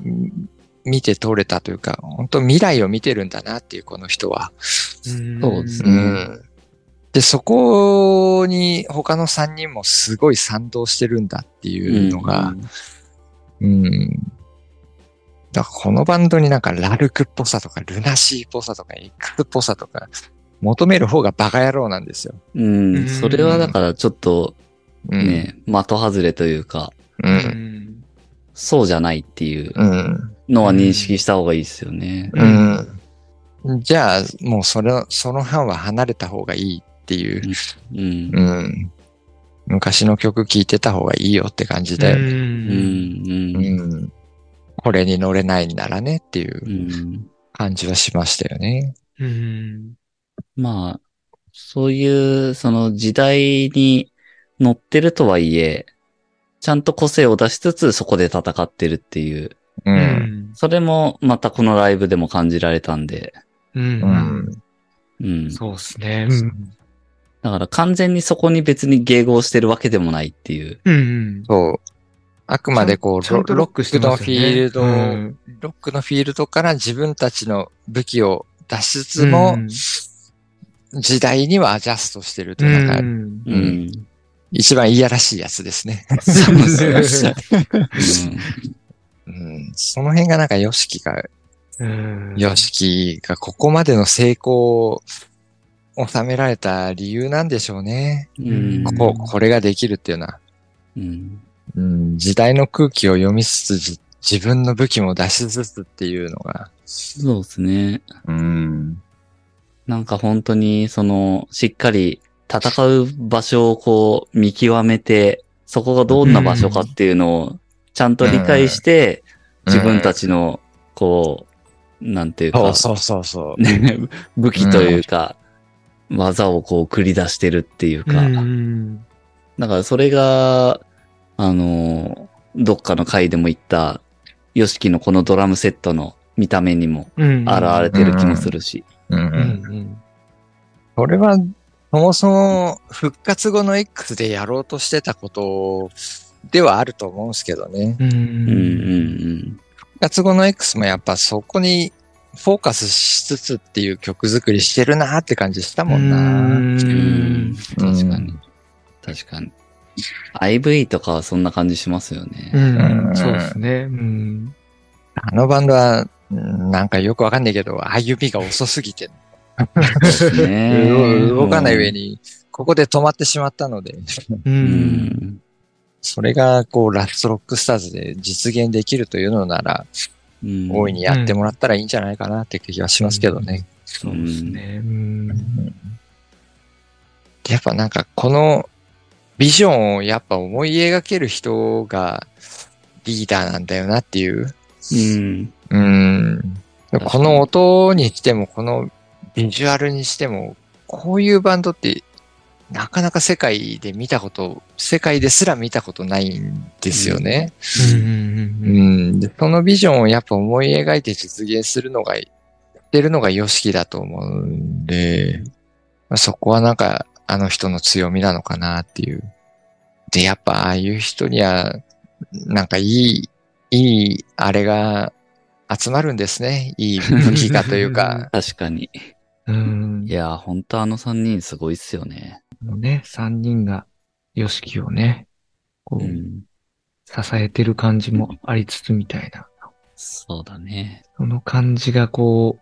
Speaker 2: 見て取れたというか、本当未来を見てるんだなっていう、この人は。
Speaker 1: そうです
Speaker 2: う
Speaker 1: ね
Speaker 2: ん。で、そこに他の3人もすごい賛同してるんだっていうのが、、うん。だからこのバンドになんかラルクっぽさとかルナシーっぽさとかエクスっぽさとか求める方がバカ野郎なんですよ。
Speaker 1: うん。う。
Speaker 3: うんん
Speaker 1: それはだからちょっと
Speaker 2: うん。
Speaker 1: ね、的外れというか、
Speaker 2: うん。
Speaker 1: そうじゃないっていう
Speaker 2: うん。
Speaker 1: のは認識した方がいいですよね。
Speaker 2: うん。じゃあ、もうそれ、その班は離れた方がいいっていう。
Speaker 1: うん
Speaker 2: う。ん。昔の曲聴いてた方がいいよって感じだよね。
Speaker 1: う
Speaker 3: ね。
Speaker 1: ん。うん。
Speaker 2: うん。これに乗れないならねっていう
Speaker 1: うん。
Speaker 2: 感じはしましたよね。
Speaker 3: うん。
Speaker 1: まあ、そういう、その時代に乗ってるとはいえ、ちゃんと個性を出しつつそこで戦ってるっていう。
Speaker 2: う。
Speaker 3: うんん。
Speaker 1: それもまたこのライブでも感じられたんで。
Speaker 3: う。
Speaker 2: うんん。
Speaker 1: うん。
Speaker 3: そうですね。
Speaker 1: だから完全にそこに別に迎合してるわけでもないっていう。
Speaker 3: うん。
Speaker 2: そう。あくまでこう、
Speaker 3: ちゃんとロックして
Speaker 2: ロ
Speaker 3: ま
Speaker 2: ック
Speaker 3: す
Speaker 2: の
Speaker 3: よ
Speaker 2: フィ
Speaker 3: ね
Speaker 2: ールドを、
Speaker 3: うん
Speaker 2: ロックのフィールドから自分たちの武器を出しつつも、時代にはアジャストしてるという、なんか、
Speaker 3: ん。
Speaker 1: う
Speaker 2: うん
Speaker 3: <laughs>
Speaker 2: ん。一番いやらしいやつですね。
Speaker 1: そうそう
Speaker 3: そ
Speaker 1: そうう。
Speaker 2: うん。その辺がなんか、ヨシキが
Speaker 3: うん。
Speaker 2: ヨシキがここまでの成功を収められた理由なんでしょうね。
Speaker 1: うん。
Speaker 2: こ
Speaker 3: うん
Speaker 2: ここれができるっていうのは、
Speaker 1: うん。
Speaker 2: うん、時代の空気を読みつつ、じ自分の武器も出しつつっていうのが。
Speaker 1: そうですね。
Speaker 2: うん。
Speaker 1: なんか本当に、その、しっかり戦う場所をこう見極めて、そこがどんな場所かっていうのをちゃんと理解して、自分た
Speaker 2: ち。
Speaker 1: ちの、こう、なんていう
Speaker 2: そ
Speaker 1: か
Speaker 2: う、そうそうそう。
Speaker 1: ね、 <laughs> 武器というか、技をこう繰り出してるっていうか、
Speaker 3: うん。
Speaker 1: だからそれが、あの、どっかの回でも言った、ヨシキのこのドラムセットの見た目にも
Speaker 3: うん。
Speaker 1: 現れてる気もするし。
Speaker 2: うん
Speaker 3: う
Speaker 2: うん。
Speaker 3: ん。うん。
Speaker 2: これは、そもそも復活後の X でやろうとしてたことではあると思うんですけどね。
Speaker 3: う
Speaker 1: うんうん
Speaker 3: ん。
Speaker 1: うん。
Speaker 2: 復活後の X もやっぱそこにフォーカスしつつっていう曲作りしてるなーって感じしたもんな。
Speaker 1: うん確かに
Speaker 2: う。
Speaker 1: 確かに。IV とかはそんな感じしますよ
Speaker 3: う
Speaker 1: ね。
Speaker 3: ん。うん。そうですね。うん。
Speaker 2: あのバンドは、うんなんかよくわかんないけど、歩みが遅すぎて、
Speaker 1: ですね
Speaker 2: 動かない上。に、ここで止まってしまったので、
Speaker 3: う。
Speaker 1: うんん。
Speaker 2: それがこう、ラストロックスターズで実現できるというのなら、
Speaker 1: うん
Speaker 2: 大いにやってもらったらいいんじゃないかなって気がしますけどね。
Speaker 3: そうですね。うん。
Speaker 2: やっぱなんかこのビジョンをやっぱ思い描ける人がリーダーなんだよなっていう。
Speaker 1: うん。。
Speaker 2: うん。この音にしても、このビジュアルにしても、こういうバンドってなかなか世界で見たこと、世界ですら見たことないんですよね。
Speaker 3: うん。
Speaker 2: うん。でそのビジョンをやっぱ思い描いて実現するのが、やってるのが YOSHIKI だと思うんで、まあそこはなんか、あの人の強みなのかなっていう。で、やっぱああいう人には、なんかいい、いい、あれが集まるんですね。いい武器がというかうん
Speaker 1: 確かに。
Speaker 3: うん
Speaker 1: い。やー、ほんとあの三人すごいっすよね。
Speaker 3: のね、三人が、ヨシキをね、こ
Speaker 1: う
Speaker 3: う、
Speaker 1: ん。
Speaker 3: 支えてる感じもありつつみたいな。
Speaker 1: そうだね。
Speaker 3: その感じがこ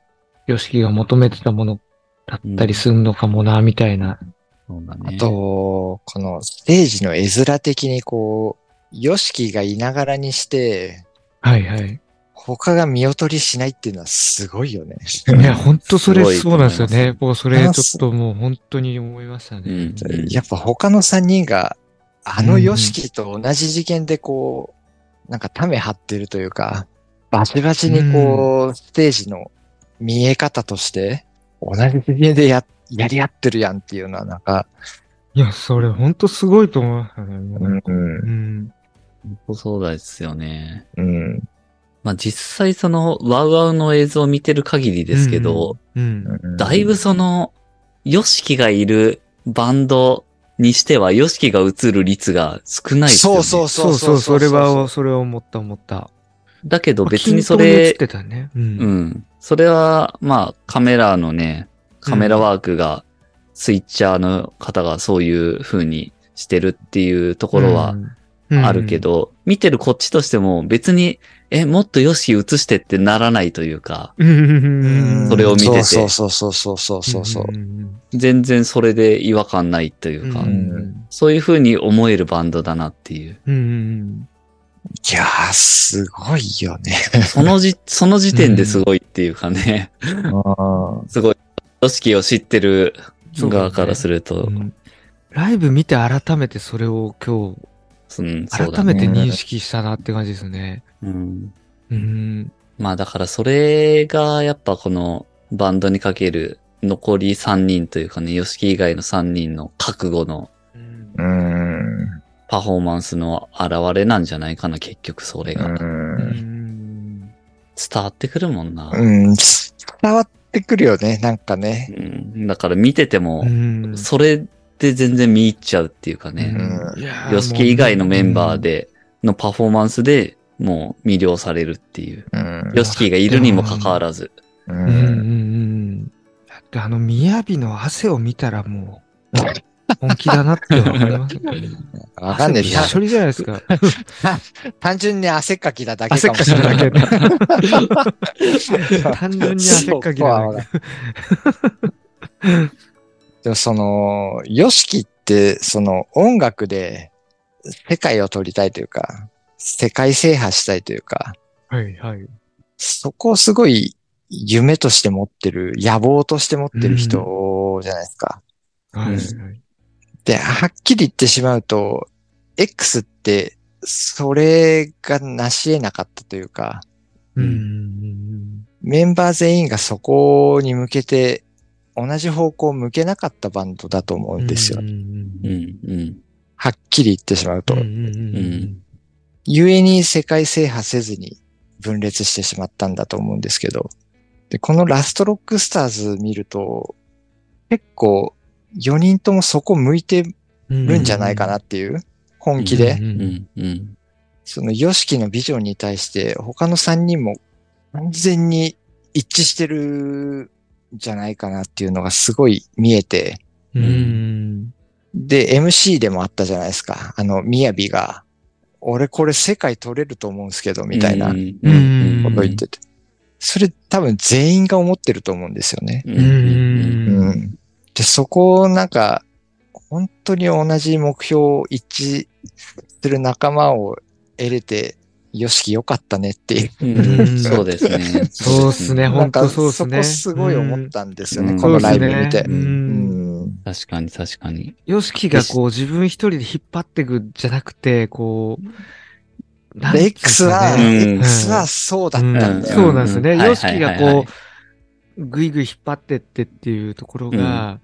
Speaker 3: う、ヨシキが求めてたものだったりすんのかもな、みたいな。
Speaker 1: そうだ <laughs>
Speaker 2: あ
Speaker 1: ね。
Speaker 2: と、このステージの絵面的にこう、YOSHIKI がいながらにして、
Speaker 3: はいはい。
Speaker 2: 他が見劣りしないっていうのはすごいよね。
Speaker 3: いや、ほんとそれ
Speaker 1: すごいと
Speaker 3: そ
Speaker 1: 思
Speaker 3: う
Speaker 1: い
Speaker 3: なん
Speaker 1: ま
Speaker 3: ですすよね。僕それちょっともう本当に思いました
Speaker 1: う
Speaker 3: ね。
Speaker 1: ん。
Speaker 2: やっぱ他の3人が、あのヨシキと同じ事件でこう、なんかため張ってるというか、バチバチにこう、ステージの見え方として、同じ事件でや、やり合ってるやんっていうのはなんか、
Speaker 3: いや、それほんとすごいと思いましたね。もう
Speaker 2: うん、
Speaker 3: うん。
Speaker 1: ほんとそうですよね。
Speaker 2: うん、
Speaker 1: まあ実際その、ワウワウの映像を見てる限りですけど、
Speaker 3: うん。
Speaker 2: うん。
Speaker 1: だいぶその、ヨシキがいるバンドにしては、ヨシキが映る率が少ないですよ
Speaker 2: そ
Speaker 1: ね。
Speaker 2: うそう
Speaker 3: そ
Speaker 2: そうう
Speaker 3: そう、それは、
Speaker 2: う
Speaker 3: それを思った思った。
Speaker 1: だけど別
Speaker 3: ま
Speaker 1: に
Speaker 3: あ
Speaker 1: そ
Speaker 3: 均等映っ
Speaker 1: れ、
Speaker 3: てたね。う。
Speaker 1: うんん。それは、まあカメラのね、カメラワークが、スイッチャーの方がそういう風にしてるっていうところは
Speaker 3: うん
Speaker 1: あるけ。ど、見てるこっちとしても別に、え、もっとヨシ映してってならないというか、
Speaker 3: うんうんうんうんん。
Speaker 1: それを見てて
Speaker 2: そうそうそうそうそうそうそう。
Speaker 3: ん
Speaker 1: 全然それで違和感ないとい
Speaker 3: うん
Speaker 1: うか、
Speaker 2: ん
Speaker 1: そういう風に思えるバンドだなっていう。
Speaker 3: うんうん
Speaker 2: いやー、すごいよね。
Speaker 1: そのじ、その時点ですごいっていうかね、すごい、組織を知ってる側からする
Speaker 3: う
Speaker 1: と、
Speaker 3: んライブ見て改めてそれを今日、
Speaker 1: うん、そうだ
Speaker 3: 改
Speaker 1: ね。
Speaker 3: めて認識したなって感じですね。
Speaker 1: うん
Speaker 3: うん。
Speaker 1: まあだからそれがやっぱこのバンドにかける残り3人というかね、ヨシキ以外の3人の覚悟の
Speaker 3: う
Speaker 2: う
Speaker 3: ん
Speaker 2: ん。
Speaker 1: パフォーマンスの現れなんじゃないかな、結局それが。
Speaker 2: うん
Speaker 3: うん
Speaker 1: 伝わってくるもんな。
Speaker 2: うん、伝わってくるよね、なんかね。
Speaker 1: うんだから見てても
Speaker 3: う、ん
Speaker 1: それで全然見入っちゃうっていうかね、
Speaker 2: う
Speaker 3: いやー
Speaker 1: ヨシキ以外のメンバーでのパフォーマンスでもう魅了されるっていう。
Speaker 2: うん
Speaker 1: ヨシキがいるにもかかわらず。
Speaker 2: う
Speaker 3: うんうんうん
Speaker 2: ん。
Speaker 3: うん。だってあの、雅の汗を見たらもう、本気だなってわか
Speaker 1: <laughs>
Speaker 3: りますよね。
Speaker 2: わかんない。
Speaker 3: 汗びっしょりじゃないですか。
Speaker 2: 単純に汗っかきだだけ
Speaker 3: 汗
Speaker 2: かも
Speaker 3: っか
Speaker 2: し
Speaker 3: き
Speaker 2: れな
Speaker 3: だ
Speaker 2: い。
Speaker 3: け。 <laughs> 単純に汗っかきだだけ。
Speaker 2: でもその、ヨシキって、その音楽で世界を取りたいというか、世界制覇したいというか、
Speaker 3: はいはい。
Speaker 2: そこをすごい夢として持ってる、野望として持ってる人じゃないですか。
Speaker 3: はいはい。
Speaker 2: で、はっきり言ってしまうと、X って、それが成し得なかったというか、
Speaker 3: う
Speaker 1: うんん
Speaker 2: メンバー全員がそこに向けて、同じ方向を向けなかったバンドだと思うんですよ。
Speaker 3: うん
Speaker 1: うん、うん。
Speaker 2: はっきり言ってしまうと。
Speaker 3: うんうん
Speaker 2: ゆえに世界制覇せずに分裂してしまったんだと思うんですけど。で、このラストロックスターズ見ると、結構4人ともそこ向いて
Speaker 3: うん
Speaker 2: るんじゃないかなっていう、本気で。
Speaker 1: う。ん、うん。
Speaker 2: その YOSHIKI のビジョンに対して他の3人も完全に一致してるんじゃないかなっていうのがすごい見えて。
Speaker 3: うん。
Speaker 2: で、MC でもあったじゃないですか。あの、みやびが、俺これ世界取れると思うんですけど、みたいな。
Speaker 1: うん
Speaker 3: うん
Speaker 2: こと言ってて。それ多分全員が思ってると思うんですよね。
Speaker 1: う
Speaker 3: う
Speaker 1: ん。
Speaker 3: ん
Speaker 2: うん。で、そこをなんか、本当に同じ目標を一致する仲間を得れて、よしきよかったねっていう。
Speaker 1: うんそうですね。
Speaker 3: そうっすね、
Speaker 2: な
Speaker 3: ほん
Speaker 2: んか
Speaker 3: とそうっすね。
Speaker 2: そこすごい思ったんですよね、
Speaker 1: うん
Speaker 2: このライブ見て。
Speaker 3: うん
Speaker 2: うん
Speaker 1: 確かに、確かに。
Speaker 3: ヨシキがこう自分一人で引っ張っていくんじゃなくて、こう、なんて
Speaker 2: で
Speaker 3: いうんです
Speaker 2: X
Speaker 3: か
Speaker 2: は、
Speaker 3: ね
Speaker 1: うん
Speaker 2: X はそうだったんだよ、
Speaker 1: うん
Speaker 3: そうなんですよね。
Speaker 1: うんうん
Speaker 3: ヨシキが
Speaker 1: はいはいは
Speaker 3: こ、
Speaker 1: いう
Speaker 3: ぐいぐい引っ張ってってっていうところが、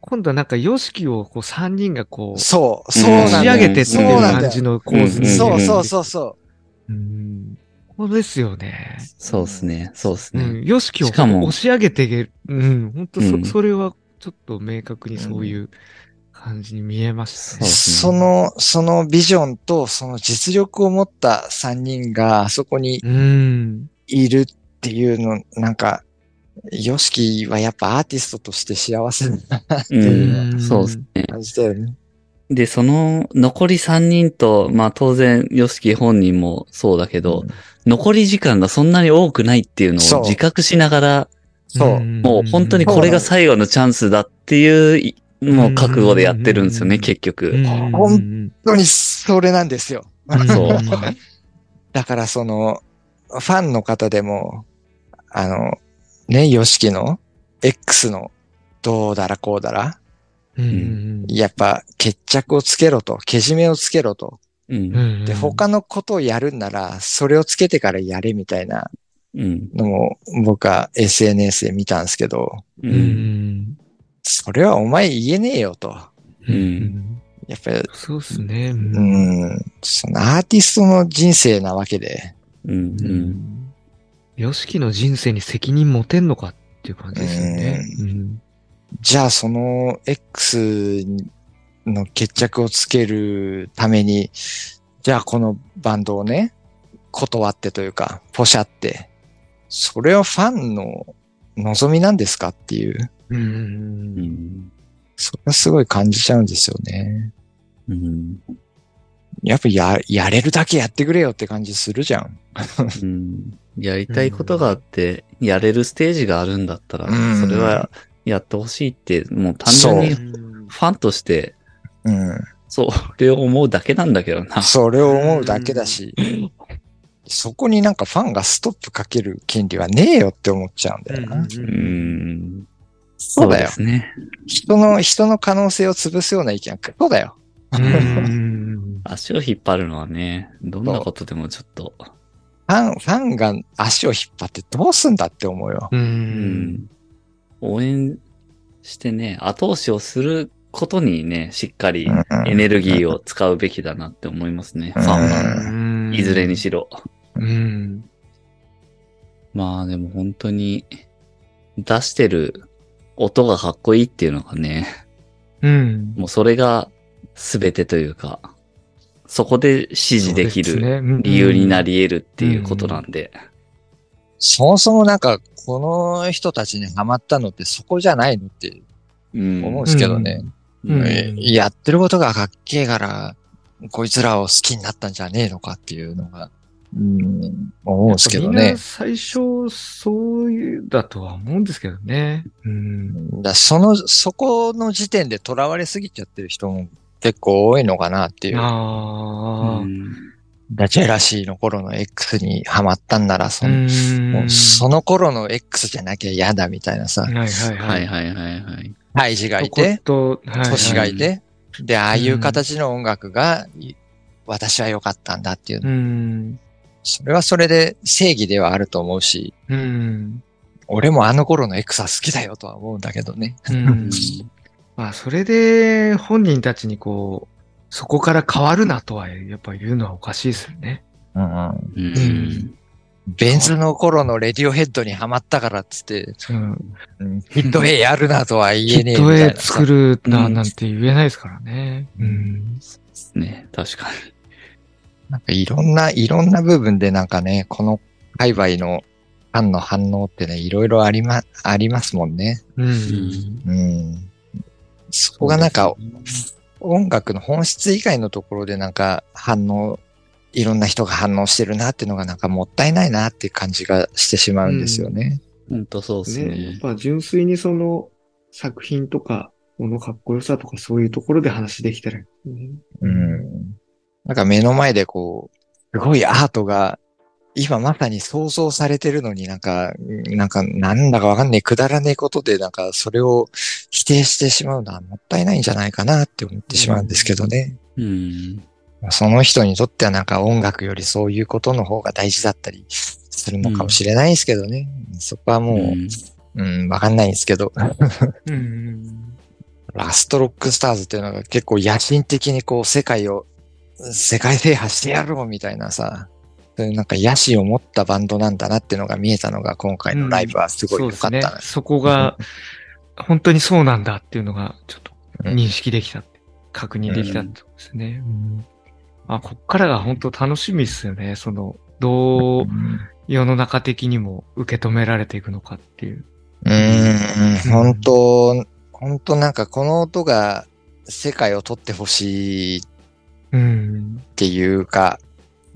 Speaker 3: 今度はなんかヨシキをこう3人がこう、
Speaker 2: そう、そう
Speaker 1: うん
Speaker 2: な
Speaker 3: 仕
Speaker 2: んだ
Speaker 3: 上
Speaker 2: よ。
Speaker 3: げてって
Speaker 2: そう
Speaker 3: い
Speaker 2: なん
Speaker 3: う
Speaker 2: だ
Speaker 3: 感
Speaker 2: よ
Speaker 3: じ。の構図に
Speaker 1: ん
Speaker 2: そうそうそうそう。
Speaker 3: うん。ここですよね。
Speaker 1: そうですね。そうです
Speaker 3: う
Speaker 1: ね。
Speaker 3: ん。ヨシキを
Speaker 1: しかも
Speaker 3: 押し上げていける。うん。本当
Speaker 1: う
Speaker 3: そ、
Speaker 1: ん
Speaker 3: それはちょっと明確にそういう感じに見えましたね。
Speaker 1: そ
Speaker 2: そう
Speaker 1: ですね
Speaker 2: の、そのビジョンとその実力を持った3人があそこに
Speaker 3: うん。
Speaker 2: いるっていうの、なんか、ヨシキはやっぱアーティストとして幸せな
Speaker 1: うん。そうですね。
Speaker 2: 感じだよね。
Speaker 1: で、その残り3人と、まあ当然、ヨシキ本人もそうだけど、残り時間がそんなに多くないっていうの
Speaker 2: そう
Speaker 1: を自覚しながら、
Speaker 2: そう。
Speaker 1: もう本当にこれが最後のチャンスだっていう、もう覚悟でやってるんですよ
Speaker 3: う
Speaker 1: ね、
Speaker 3: ん
Speaker 1: 結局。
Speaker 3: うん、
Speaker 2: ほ本当にそれなんですよ。
Speaker 1: そう
Speaker 2: だからその、ファンの方でも、あの、ね、ヨシキの X のどうだらこうだら、
Speaker 3: うん。
Speaker 2: やっぱ決着をつけろと、けじめをつけろと。
Speaker 1: うん。
Speaker 2: で、他のことをやるんなら、それをつけてからやれみたいな
Speaker 1: うん。
Speaker 2: のも、僕は SNS で見たんですけど、
Speaker 1: う。
Speaker 3: うんん。
Speaker 2: それはお前言えねえよと。
Speaker 1: うん
Speaker 2: やっぱり、
Speaker 3: そうですね。う
Speaker 2: うんん、そのアーティストの人生なわけで、
Speaker 1: うん。うん。
Speaker 3: ヨシキの人生に責任持てんのかっていう感じですよね。うん
Speaker 2: じゃあその X の決着をつけるために、じゃあこのバンドをね、断ってというか、ポシャって、それはファンの望みなんですかっていう、
Speaker 3: う。
Speaker 1: うんん。
Speaker 2: それはすごい感じちゃうんですよね。
Speaker 1: うん。
Speaker 2: やっぱや、やれるだけやってくれよって感じするじゃん。
Speaker 1: うんやりたいことがあって、やれるステージがあるんだったら
Speaker 2: うん、
Speaker 1: それはやってほしいって、もう単純に
Speaker 2: そ
Speaker 1: ファンとして、
Speaker 2: うん。
Speaker 1: それを思うだけなんだけどな。
Speaker 2: それを思うだけだし、そこになんかファンがストップかける権利はねえよって思っちゃうんだよな。
Speaker 1: う
Speaker 3: うん
Speaker 1: ん。
Speaker 2: そうだよ
Speaker 1: ですね。
Speaker 2: 人の、人の可能性を潰すような意見はそうだよ。
Speaker 3: うん
Speaker 1: 足を引っ張るのはね、どんなことでもちょっと。
Speaker 2: ファン、ファンが足を引っ張ってどうすんだって思うよ。
Speaker 3: う。
Speaker 1: うんん。応援してね、後押しをすることにね、しっかりエネルギーを使うべきだなって思いますね、
Speaker 2: う
Speaker 1: フ
Speaker 2: ん
Speaker 1: ァン
Speaker 2: う
Speaker 1: は。
Speaker 3: うん
Speaker 1: いずれにしろ。
Speaker 3: うん。
Speaker 1: まあでも本当に、出してる音がかっこいいっていうのがね、
Speaker 3: うん。
Speaker 1: もうそれが全てというか、そこで支持でき
Speaker 3: そう
Speaker 1: る
Speaker 3: すね
Speaker 1: 理由にな。り得るっていうことなんで。
Speaker 2: そもそもなんか、この人たちにハマったのってそこじゃないのって
Speaker 1: うん
Speaker 2: 思うんですけどね。
Speaker 1: う
Speaker 3: うん
Speaker 1: ん
Speaker 2: えやってることがかっけえから、こいつらを好きになったんじゃねえのかっていうのが、うん、思うんですけど
Speaker 3: みん
Speaker 2: ね
Speaker 3: な。最初、そういう、だとは思うんですけどね。うん。
Speaker 2: だその、そこの時点で囚われすぎちゃってる人も結構多いのかなっていう。
Speaker 3: ああ、
Speaker 1: うん
Speaker 2: ジェラシーの頃の X にハマったんなら、その、もうその頃の X じゃなきゃ嫌だみたいなさ
Speaker 3: はい、はいは。
Speaker 1: はいいはいはいはい。
Speaker 2: ハイジがいて、
Speaker 3: と、はいはい
Speaker 2: トシがいて、で、ああいう形の音楽が、私は良かったんだっていうう。
Speaker 3: ん。
Speaker 2: それはそれで正義ではあると思うし、
Speaker 3: うん。
Speaker 2: 俺もあの頃の X は好きだよとは思うんだけどね。
Speaker 3: うん。まあ、それで本人たちにこう、そこから変わるなとは、やっぱ言うのはおかしいですよね。
Speaker 2: うんうん
Speaker 1: うん
Speaker 3: ん
Speaker 2: ベンズの頃のレディオヘッドにハマったからっつって、
Speaker 3: うん。
Speaker 2: うんヒットヘイやるなとは
Speaker 3: き
Speaker 2: 言えねえ
Speaker 3: っ
Speaker 2: み
Speaker 3: と
Speaker 2: たい
Speaker 3: 絵
Speaker 2: なさ。
Speaker 3: 作るな
Speaker 1: うん
Speaker 3: なんて言えないですからね。うん。
Speaker 1: ね、確か
Speaker 2: なんかいろんな、いろんな部分でなんかね、この界隈のファンの反応ってね、いろいろありま、ありますもんね。
Speaker 3: う
Speaker 1: に。
Speaker 3: ん。
Speaker 2: うん。そこ
Speaker 1: こ
Speaker 2: がなんか、音楽の本質以外のところでなんか反応、いろんな人が反応してるなっていうのがなんかもったいないなっていう感じがしてしまうんですよね。
Speaker 1: 本当そうです
Speaker 3: ね、やっ
Speaker 1: ね。
Speaker 3: ぱ純粋にその作品とか、このかっこよさとかそういうところで話できたらいいね、
Speaker 2: うん。なんか目の前でこう、すごいアートが、今まさに想像されてるのになんか、なんか、なんだかわかんねえ、くだらねえことで、なんか、それを否定してしまうのはもったいないんじゃないかなって思ってしまうんですけどね。
Speaker 1: うん。
Speaker 2: その人にとってはなんか音楽よりそういうことの方が大事だったりするのかもしれないですけどね。そこはもう、
Speaker 1: うん
Speaker 2: うん、わかんないんですけど。 <laughs>
Speaker 3: うん。
Speaker 2: ラストロックスターズっていうのが結構野心的にこう世界を、世界制覇してやろうみたいなさ、そういうなんか野心を持ったバンドなんだなっていうのが見えたのが今回のライブはすごい
Speaker 3: そう
Speaker 2: 良
Speaker 3: で
Speaker 2: か
Speaker 3: す
Speaker 2: った
Speaker 3: ね
Speaker 2: な。。
Speaker 3: そ
Speaker 2: <laughs>
Speaker 3: こが、本当にそうなんだっていうのが、ちょっと認識できたって、確認できたってことですね。うんあ、こっからが本当楽しみですよね。その、どう世の中的にも受け止められていくのかっていう。
Speaker 2: うーん、本当本当なんかこの音が世界を取ってほしいっ
Speaker 3: うん。
Speaker 2: ていうか、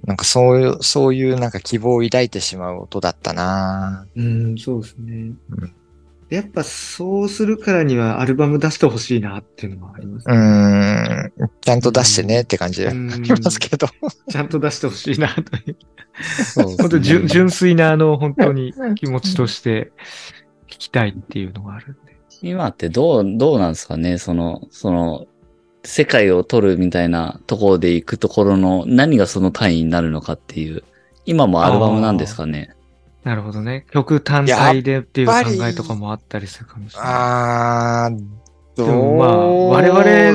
Speaker 2: なんかそういう、そういうなんか希望を抱いてしまう音だったな
Speaker 3: うん、そうですね
Speaker 2: うん。
Speaker 3: やっぱそうするからにはアルバム出してほしいなっていうのはあります
Speaker 2: うーん、ちゃんと出してねって感じであ <laughs> りますけど。
Speaker 3: ちゃんと出してほしいなという。
Speaker 1: そう
Speaker 3: 本
Speaker 1: で
Speaker 3: 当
Speaker 1: すね
Speaker 3: 純純粋な、あの、本当
Speaker 2: <laughs>
Speaker 3: に気持ちとして聞きたいっていうのがあるんで。
Speaker 1: 今ってどう、どうなんですかねその、その、世界を取るみたいなところで行くところの何がその単位になるのかっていう。今もアルバムなんですかね
Speaker 3: なるほどね。曲単体でっていう考えとかもあったりするかもしれない。
Speaker 2: あー、どう
Speaker 3: でもまあ我
Speaker 2: だ
Speaker 3: 々
Speaker 2: ろうね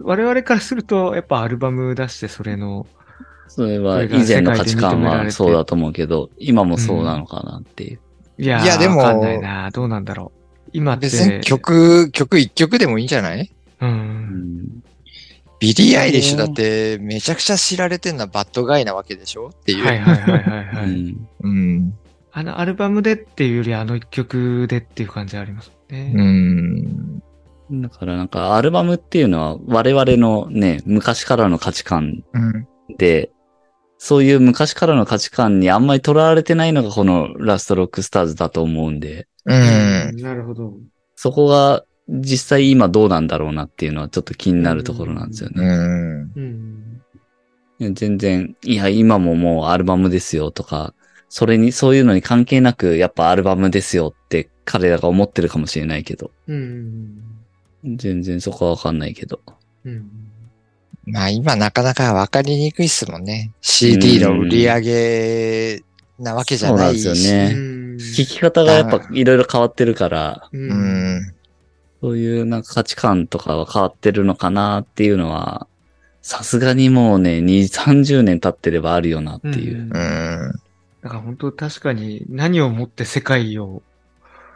Speaker 3: 我々からすると、やっぱアルバム出してそれの、
Speaker 1: それは以前の価値観はそうだと思うけど、今もそうなのかなっていう。
Speaker 3: いやー、
Speaker 2: いやでも
Speaker 3: わかんないな。どうなんだろう。今って。
Speaker 2: 別に。曲、曲一曲でもいいんじゃない
Speaker 3: う。
Speaker 1: うんん
Speaker 2: ビリー・アイリッシュだって、めちゃくちゃ知られてんのはバッドガイなわけでしょっていう。
Speaker 3: はいはいはいはいうはい。
Speaker 1: ん
Speaker 2: うん。
Speaker 3: あの、アルバムでっていうより、あの一曲でっていう感じありますね。
Speaker 2: うん。
Speaker 1: だからなんかアルバムっていうのは我々のね、昔からの価値観
Speaker 2: うん。
Speaker 1: で、そういう昔からの価値観にあんまりとらわれてないのがこのラストロックスターズだと思うんで、
Speaker 2: うん。
Speaker 3: なるほど。
Speaker 1: そこが実際今どうなんだろうなっていうのはちょっと気になるところなんですよね。
Speaker 2: うん。
Speaker 3: うん。
Speaker 1: 全然、いや、今ももうアルバムですよとか、それに、そういうのに関係なく、やっぱアルバムですよって彼らが思ってるかもしれないけど、
Speaker 3: うん。
Speaker 1: 全然そこはわかんないけど。
Speaker 3: うん。
Speaker 2: まあ今なかなかわかりにくいっすもんね。CD の売り上げなわけじゃないし。
Speaker 1: そうなんですよね
Speaker 3: うん
Speaker 1: 聞き方がやっぱいろいろ変わってるから、
Speaker 3: う。
Speaker 2: うんん。
Speaker 1: そういうなんか価値観とかは変わってるのかなっていうのは、さすがにもうね、2、30年経ってればあるよなっていうう。
Speaker 3: ん
Speaker 2: う
Speaker 3: だ
Speaker 2: ん。
Speaker 3: から本当確かに何をもって世界を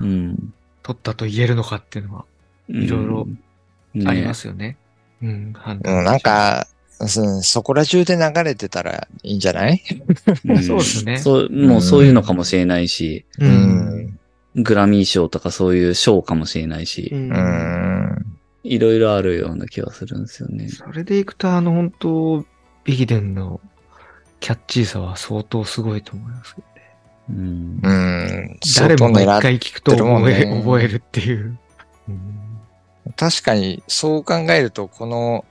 Speaker 1: うん。
Speaker 3: 取ったと言えるのかっていうのは
Speaker 1: うん
Speaker 3: いろいろありま。
Speaker 1: ね
Speaker 3: すよね。うん、判
Speaker 2: うん、なん、か、そそこら中で流れてたらいいんじゃない
Speaker 1: ん
Speaker 3: そうですね
Speaker 1: そう、もうそういうのかもしれないし、
Speaker 3: う。
Speaker 2: うんん。
Speaker 1: グラミー賞とかそういう賞かもしれないし、
Speaker 3: うん
Speaker 2: うん。
Speaker 1: いろいろあるような気がするんですよね。
Speaker 3: それでいくと、あの、本当ビギデンのキャッチーさは相当すごいと思いますけどね。
Speaker 1: うん
Speaker 2: う。ん。
Speaker 3: 誰もが
Speaker 2: 相当狙っ
Speaker 3: 一回聞くと覚え
Speaker 2: 狙ってるもんね
Speaker 3: 覚えるっていう。
Speaker 2: 確かに、そう考えると、この、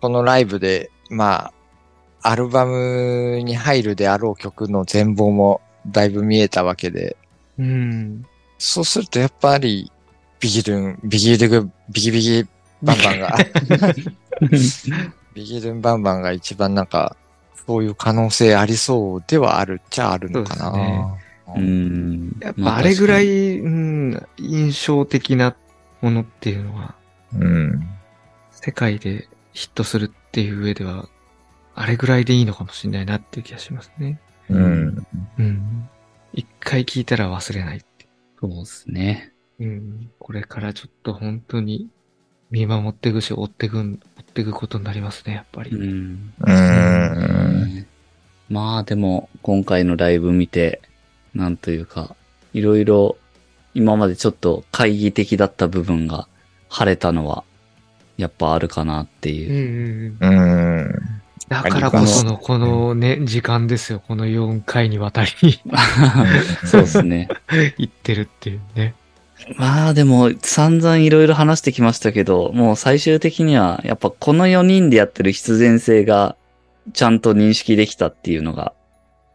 Speaker 2: このライブで、まあ、アルバムに入るであろう曲の全貌もだいぶ見えたわけで、
Speaker 3: うん。
Speaker 2: そうするとやっぱり、ビギルン、ビギルグ、ビギビギバンバンが、ビギルンバンバンが一番なんか、そういう可能性ありそうではあるっちゃあるのかな。
Speaker 3: そうですね
Speaker 1: うん。
Speaker 3: やっぱあれぐら
Speaker 1: まあ。
Speaker 3: い、うん、印象的なものっていうのは、
Speaker 2: うん。
Speaker 3: 世界でヒットするっていう上では、あれぐらいでいいのかもしれないなっていう気がしますね。
Speaker 2: うん。
Speaker 3: うん。一回聞いたら忘れないって。
Speaker 1: 確かにそうですね。
Speaker 3: うん。これからちょっと本当に見守っていくし、追っていくん、追っていくことになりますね、やっぱり。
Speaker 1: うん。
Speaker 2: うん。
Speaker 1: まあでも、今回のライブ見て、なんというか、いろいろ、今までちょっと懐疑的だった部分が晴れたのは、やっぱあるかなって
Speaker 3: うん
Speaker 1: いう。
Speaker 3: うんうん。
Speaker 2: うん。
Speaker 3: だからこそのこのね、時間ですよ。この4回にわたり <laughs>
Speaker 1: そうですね。
Speaker 3: 行ってるっていうね。
Speaker 1: <laughs> まあでも、散々いろいろ話してきましたけど、もう最終的には、やっぱこの4人でやってる必然性が、ちゃんと認識できたっていうのが、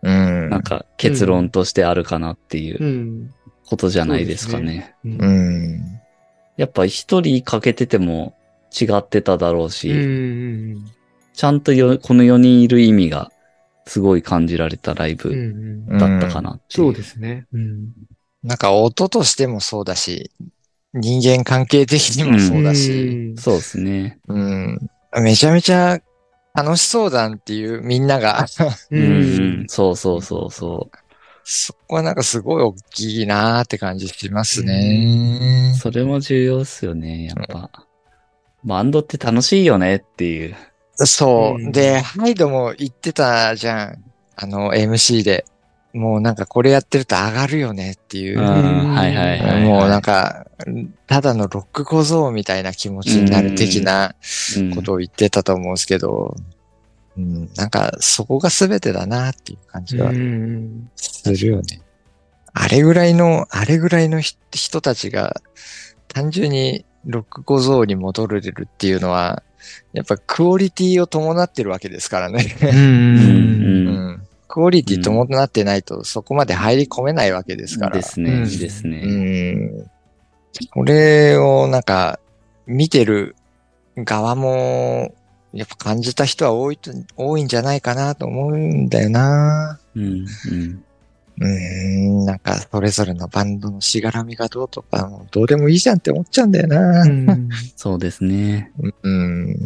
Speaker 2: うん。
Speaker 1: なんか結論としてあるかなっていう
Speaker 3: うん。
Speaker 1: ことじゃないですか
Speaker 3: そうです
Speaker 1: ね。
Speaker 3: うん
Speaker 2: うん。
Speaker 1: やっぱ一人欠けてても違ってただろうし、
Speaker 3: うん
Speaker 1: ちゃんとよこの4人いる意味がすごい感じられたライ
Speaker 3: うんうん。う
Speaker 1: ブ
Speaker 3: んう
Speaker 1: だ
Speaker 3: ん
Speaker 1: ったかなっていう。
Speaker 3: そうですね。うん。
Speaker 2: なんか音としてもそうだし、人間関係的にもそうだし、
Speaker 3: ん
Speaker 1: そうですね。
Speaker 2: うん、めちゃめちゃ楽しそうだんっていうみんなが、
Speaker 1: う、
Speaker 3: うんん。
Speaker 1: そうそうそうそ
Speaker 2: そこはなんかすごい大きいなーって感じしますね
Speaker 1: う。。それも重要っすよね、やっぱ。バンドって楽しいよねっていう。
Speaker 2: そうう。
Speaker 3: ん
Speaker 2: で、ハイドも言ってたじゃん。あの、MC で。もうなんかこれやってると上がるよねっていう。
Speaker 1: うん、はいはいはい、はい。
Speaker 2: もうなんか、ただのロック小僧みたいな気持ちになる的な
Speaker 1: うん
Speaker 2: ことを言ってたと思うんですけど、うん、なんかそこが全てだなっていう感じが
Speaker 3: うん
Speaker 2: するよね。あれぐらいの、あれぐらいのひ人たちが単純にロック小僧に戻れるっていうのは、やっぱクオリティを伴ってるわけですからね。
Speaker 1: うんう。
Speaker 2: うんん、クオリティ伴ってないとそこまで入り込めないわけですから
Speaker 1: で。すね、
Speaker 3: うん
Speaker 1: ですね。
Speaker 2: うん。これをなんか、見てる側も、やっぱ感じた人は多いと、多いんじゃないかなと思うんだよな。
Speaker 1: うん、うん。
Speaker 2: うん、なんか、それぞれのバンドのしがらみがどうとか、もうどうでもいいじゃんって思っちゃうんだよ
Speaker 3: う
Speaker 2: な。
Speaker 3: ん。
Speaker 1: そうですね。
Speaker 2: うん。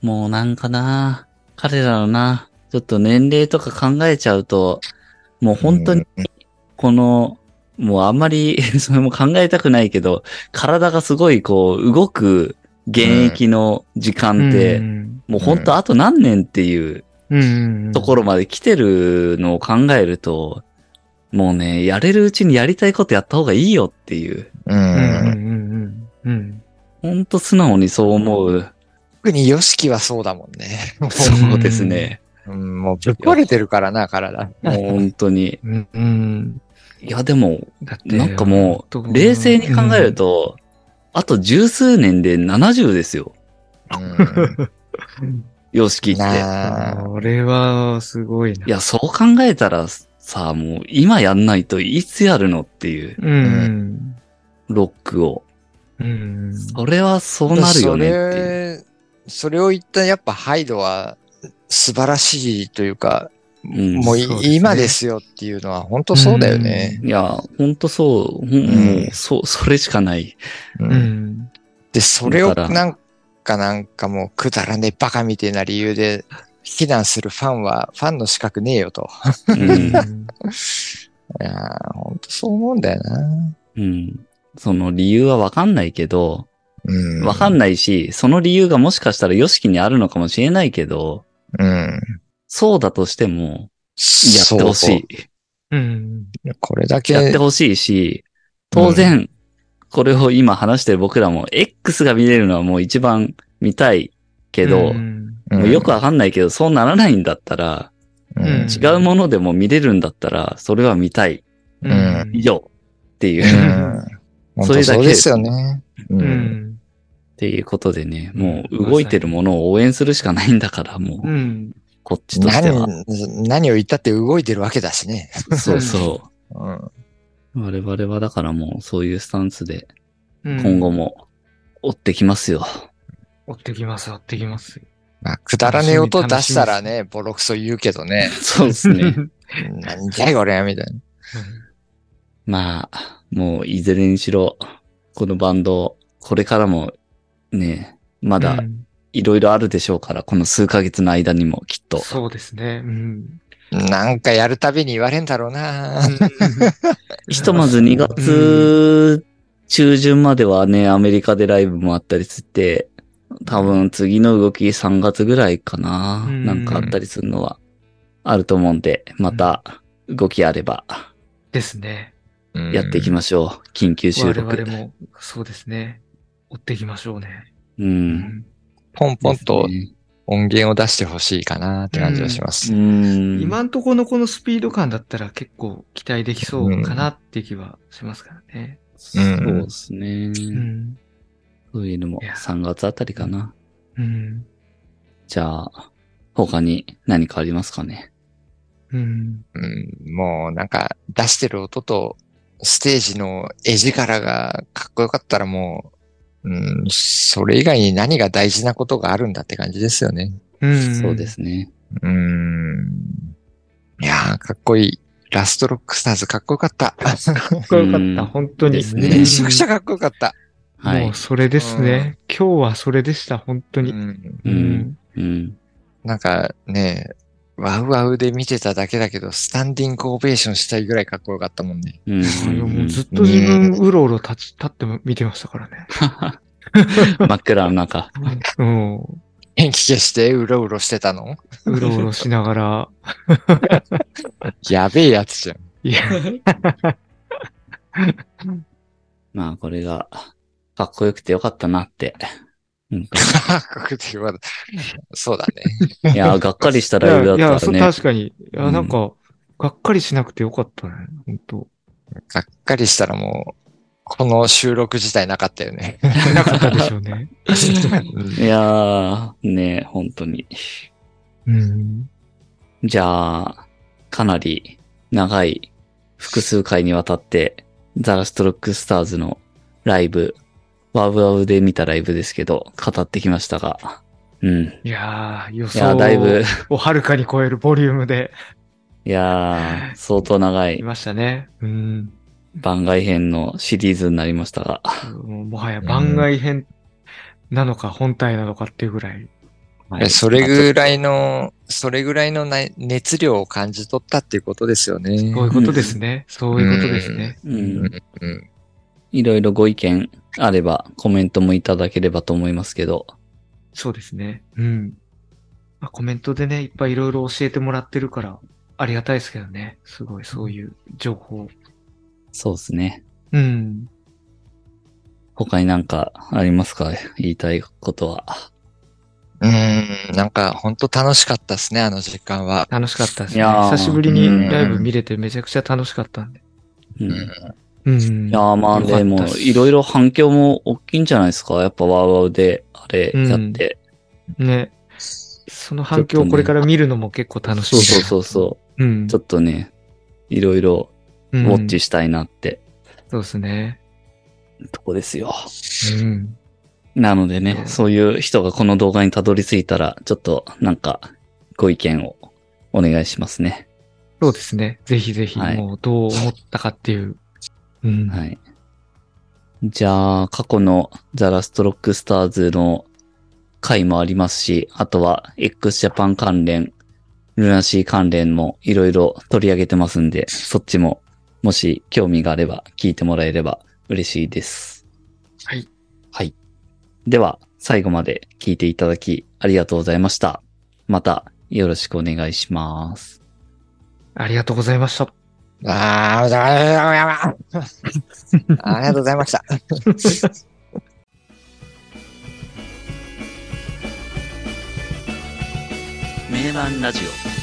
Speaker 1: もうなんかな、彼らのな、ちょっと年齢とか考えちゃうと、もう本当にこの、もうあんまり <laughs> それも考えたくないけど、体がすごいこう動く現役の時間って、
Speaker 3: うん
Speaker 1: もう本当あと何年っていう
Speaker 3: うん。
Speaker 1: ところまで来てるのを考えると、もうね、やれるうちにやりたいことやった方がいいよっていう、
Speaker 2: う。
Speaker 3: うんうんんうんうん。
Speaker 1: ほんと素直にそう思う。
Speaker 2: 特にヨシキはそうだもんね。
Speaker 1: そうですね。
Speaker 2: うん、もうぶっ壊れてるからな、体。
Speaker 1: もう本当に。
Speaker 3: うん。うん。
Speaker 1: いやでも、
Speaker 3: だって
Speaker 1: なんかもう、冷静に考える、と、あと十数年で70ですよ。
Speaker 2: うん。
Speaker 3: うん
Speaker 1: 様式って。
Speaker 2: なあ
Speaker 3: これは、すごいな。
Speaker 1: いや、そう考えたらさ、もう今やんないといつやるのっていう
Speaker 3: うん。
Speaker 1: ロックを。
Speaker 3: うん。
Speaker 1: それはそうなるよねっていう。
Speaker 2: それ、それを言ったやっぱハイドは素晴らしいというか、
Speaker 1: ん
Speaker 2: もうい
Speaker 3: そうですね
Speaker 2: 今ですよっていうのは本当そうだよね。
Speaker 1: いや、ほんとそう、ほん
Speaker 2: う
Speaker 1: も
Speaker 2: ん
Speaker 1: う、そう、それしかない。
Speaker 3: う
Speaker 2: うん
Speaker 3: ん。
Speaker 2: で、それを
Speaker 1: だから
Speaker 2: なんかなんかもうくだらねえバカみたいな理由で非難するファンは、ファンの資格ねえよと。
Speaker 1: うん。
Speaker 2: いやー本当そう思うんだよな。
Speaker 1: うん。その理由はわかんないけど、
Speaker 2: うん。
Speaker 1: わかんないし、その理由がもしかしたらヨシキにあるのかもしれないけど、
Speaker 2: うん。
Speaker 1: そうだとしても、やっ
Speaker 2: や
Speaker 1: てほしい。
Speaker 3: うん。
Speaker 2: これだけ。
Speaker 1: やってほしいし、当然、これを今話してる僕らも、X が見れるのはもう一番見たいけど、
Speaker 3: うん
Speaker 2: うん
Speaker 1: もうよくわかんないけど、そうならないんだったら、
Speaker 2: うん
Speaker 1: 違うものでも見れるんだったら、それは見たい。
Speaker 2: うん
Speaker 1: 以。上。っていうう、っ
Speaker 2: ん。本
Speaker 1: <laughs> それ
Speaker 2: 当
Speaker 1: だけ
Speaker 2: そうですよね。う。
Speaker 3: うんん。
Speaker 1: ていうことでね、もう動いてるものを応援するしかないんだから、も
Speaker 3: う
Speaker 1: う、
Speaker 3: ん。
Speaker 1: こっちとしては。
Speaker 2: 何、何を言ったって動いてるわけだしね。
Speaker 1: そうそ
Speaker 2: うん。
Speaker 1: う。我々はだからもうそういうスタンスで
Speaker 3: うん
Speaker 1: 今後も追ってきますよ。
Speaker 3: 追ってきます、追ってきます。
Speaker 2: まあ、くだらねえ音出したらね、ボロクソ言うけど
Speaker 1: <laughs>
Speaker 2: ね。
Speaker 1: そうですね。
Speaker 2: なんじゃいこれみたいな。
Speaker 1: まあ、もういずれにしろ、このバンド、これからもね、ま
Speaker 3: ま
Speaker 1: だいろいろあるでしょうから、この数ヶ月の間にもきっと。
Speaker 3: そうですね。 <laughs> うん。
Speaker 2: なんかやるたびに言われんだろうな。
Speaker 1: ひとまず2月中旬まではね、アメリカでライブもあったりして、多分次の動き3月ぐらいかな。
Speaker 3: うん
Speaker 1: なんかあったりするのはあると思うんで、また動きあれば
Speaker 3: ですね。
Speaker 1: やっていきましょう。緊急収
Speaker 3: 我
Speaker 1: 録。
Speaker 3: 々も、そうですね。追っていきましょうね。
Speaker 1: う。。
Speaker 3: うん
Speaker 2: ポンポンと
Speaker 1: ですね
Speaker 2: 音源を出してほしいかなって感じはします。
Speaker 1: うん。
Speaker 3: 今んとこのこのスピード感だったら結構期待できそうかなって気はしますからね。
Speaker 1: そうですね。
Speaker 3: うん。
Speaker 1: そういうのも
Speaker 3: いや
Speaker 1: 3月あたりかな。
Speaker 3: うん。
Speaker 1: じゃあ、他に何かありますかね。
Speaker 3: うん。
Speaker 2: うん、もうなんか出してる音とステージの絵力がかっこよかったらもう、うん、それ以外に何が大事なことがあるんだって感じですよね。
Speaker 3: うん。
Speaker 1: そうで。すね。
Speaker 2: うん。いやー、かっこいい。ラストロックスターズかっこよか
Speaker 1: <laughs>
Speaker 2: った。
Speaker 3: かっこよか
Speaker 1: うん
Speaker 3: った。本当に。
Speaker 1: ですね
Speaker 2: めちゃくちゃ
Speaker 3: ゃ。
Speaker 2: かっこよかった。
Speaker 1: は
Speaker 3: も。
Speaker 1: いう
Speaker 3: それですね。今日はそれでした。本当
Speaker 2: う
Speaker 3: に。
Speaker 2: ん
Speaker 1: う
Speaker 3: うんん。
Speaker 1: うん。
Speaker 2: なんかね、ワウワウで見てただけだけど、スタンディングオベーションしたいぐらいかっこよかったもんね。
Speaker 1: うん
Speaker 3: いやもうずっと自分、うろうろ立ち、立って見てましたからね。
Speaker 1: <laughs> 真っ暗の中。
Speaker 3: うん。
Speaker 2: 元気消してうろうろしてたの
Speaker 3: うろうろしながら。
Speaker 2: やべえやつじゃん。
Speaker 3: いや、
Speaker 1: まあ、これが、かっこよくてよかったなって。うんか
Speaker 2: かっこよくてよかった <laughs> そうだね。
Speaker 1: いやー、がっかりした
Speaker 3: い
Speaker 1: ライ
Speaker 3: や、
Speaker 1: ブ
Speaker 3: い
Speaker 1: だ
Speaker 3: や
Speaker 1: った
Speaker 3: そ
Speaker 1: らね。
Speaker 3: う確かに。いや、なんか、がっかりしなくてよかったね。本当
Speaker 2: がっかりしたらもう、この収録自体なかったよね。
Speaker 3: なかったでしょう
Speaker 1: <laughs>
Speaker 3: ね。
Speaker 1: いやー、ね本当に。
Speaker 3: うん。
Speaker 1: じゃあ、かなり長い複数回にわたって、ザラストロックスターズのライブ、ワウワウで見たライブですけど、語ってきましたが、うん。い
Speaker 3: いやー、予
Speaker 1: や
Speaker 3: 想
Speaker 1: ー、だいぶ、
Speaker 3: をはるかに超えるボリュームで
Speaker 1: いやー、相当長
Speaker 3: い
Speaker 1: い
Speaker 3: ましたね。うん。
Speaker 1: 番外編のシリーズになりましたが、
Speaker 3: もうもはや番外編なのか本体なのかっていうぐらい。
Speaker 1: は
Speaker 2: えそれぐらいの、それぐらいのな熱量を感じ取ったっていうことですよね。
Speaker 3: そういうことですね。そういうことですね。
Speaker 1: うん、
Speaker 2: うん
Speaker 1: いろいろご意見あれば、コメントもいただければと思いますけど、
Speaker 3: そうですね。うん。まあ、コメントでね、いっぱいいろいろ教えてもらってるから、ありがたいですけどね。すごい、そういう情報。
Speaker 1: そうですね。
Speaker 3: うん。
Speaker 1: 他になんかありますか言いたいことは。
Speaker 2: うん、なんか本当楽しかったですね、あの時間は。
Speaker 3: 楽しかったで
Speaker 1: い
Speaker 3: すね。
Speaker 1: やー
Speaker 3: 久しぶりにライブ見れてめちゃくちゃ楽しかったんで。
Speaker 1: うん
Speaker 2: うん
Speaker 3: うん。
Speaker 1: いやーまあ
Speaker 3: よかったっ
Speaker 1: ですも、いろいろ反響も大きいんじゃないですかやっぱワウワウで、あれやって。
Speaker 3: ね。その反響をこれから見るのも結構楽しい。
Speaker 1: そうそうそうそう。
Speaker 3: う。うん。
Speaker 1: ちょっとね、いろいろウ
Speaker 3: ウ
Speaker 1: ォッチしたいなって
Speaker 3: そうですね。
Speaker 1: とこですよ。
Speaker 3: うん。
Speaker 1: なので
Speaker 3: そ
Speaker 1: ね、
Speaker 3: う
Speaker 1: そういう人がこの動画にたどり着いたら、ちょっとなんかご意見をお願いしますね。
Speaker 3: そうですね。ぜひぜひ、
Speaker 1: はい
Speaker 3: もうどう思ったかっていう。うん。
Speaker 1: はい。じゃあ、過去のザラストロックスターズの回もありますし、あとは x ジャパン関連、ルナシー関連もいろいろ取り上げてますんで、そっちももし興味があれば聞いてもらえれば嬉しいです。
Speaker 3: はい。
Speaker 1: はい。では、最後まで聞いていただきありがとうございました。またよろしくお願いします。
Speaker 3: ありがとうございました。
Speaker 2: あーあー、 <laughs> ありがとうございました。
Speaker 1: 名盤ラジオ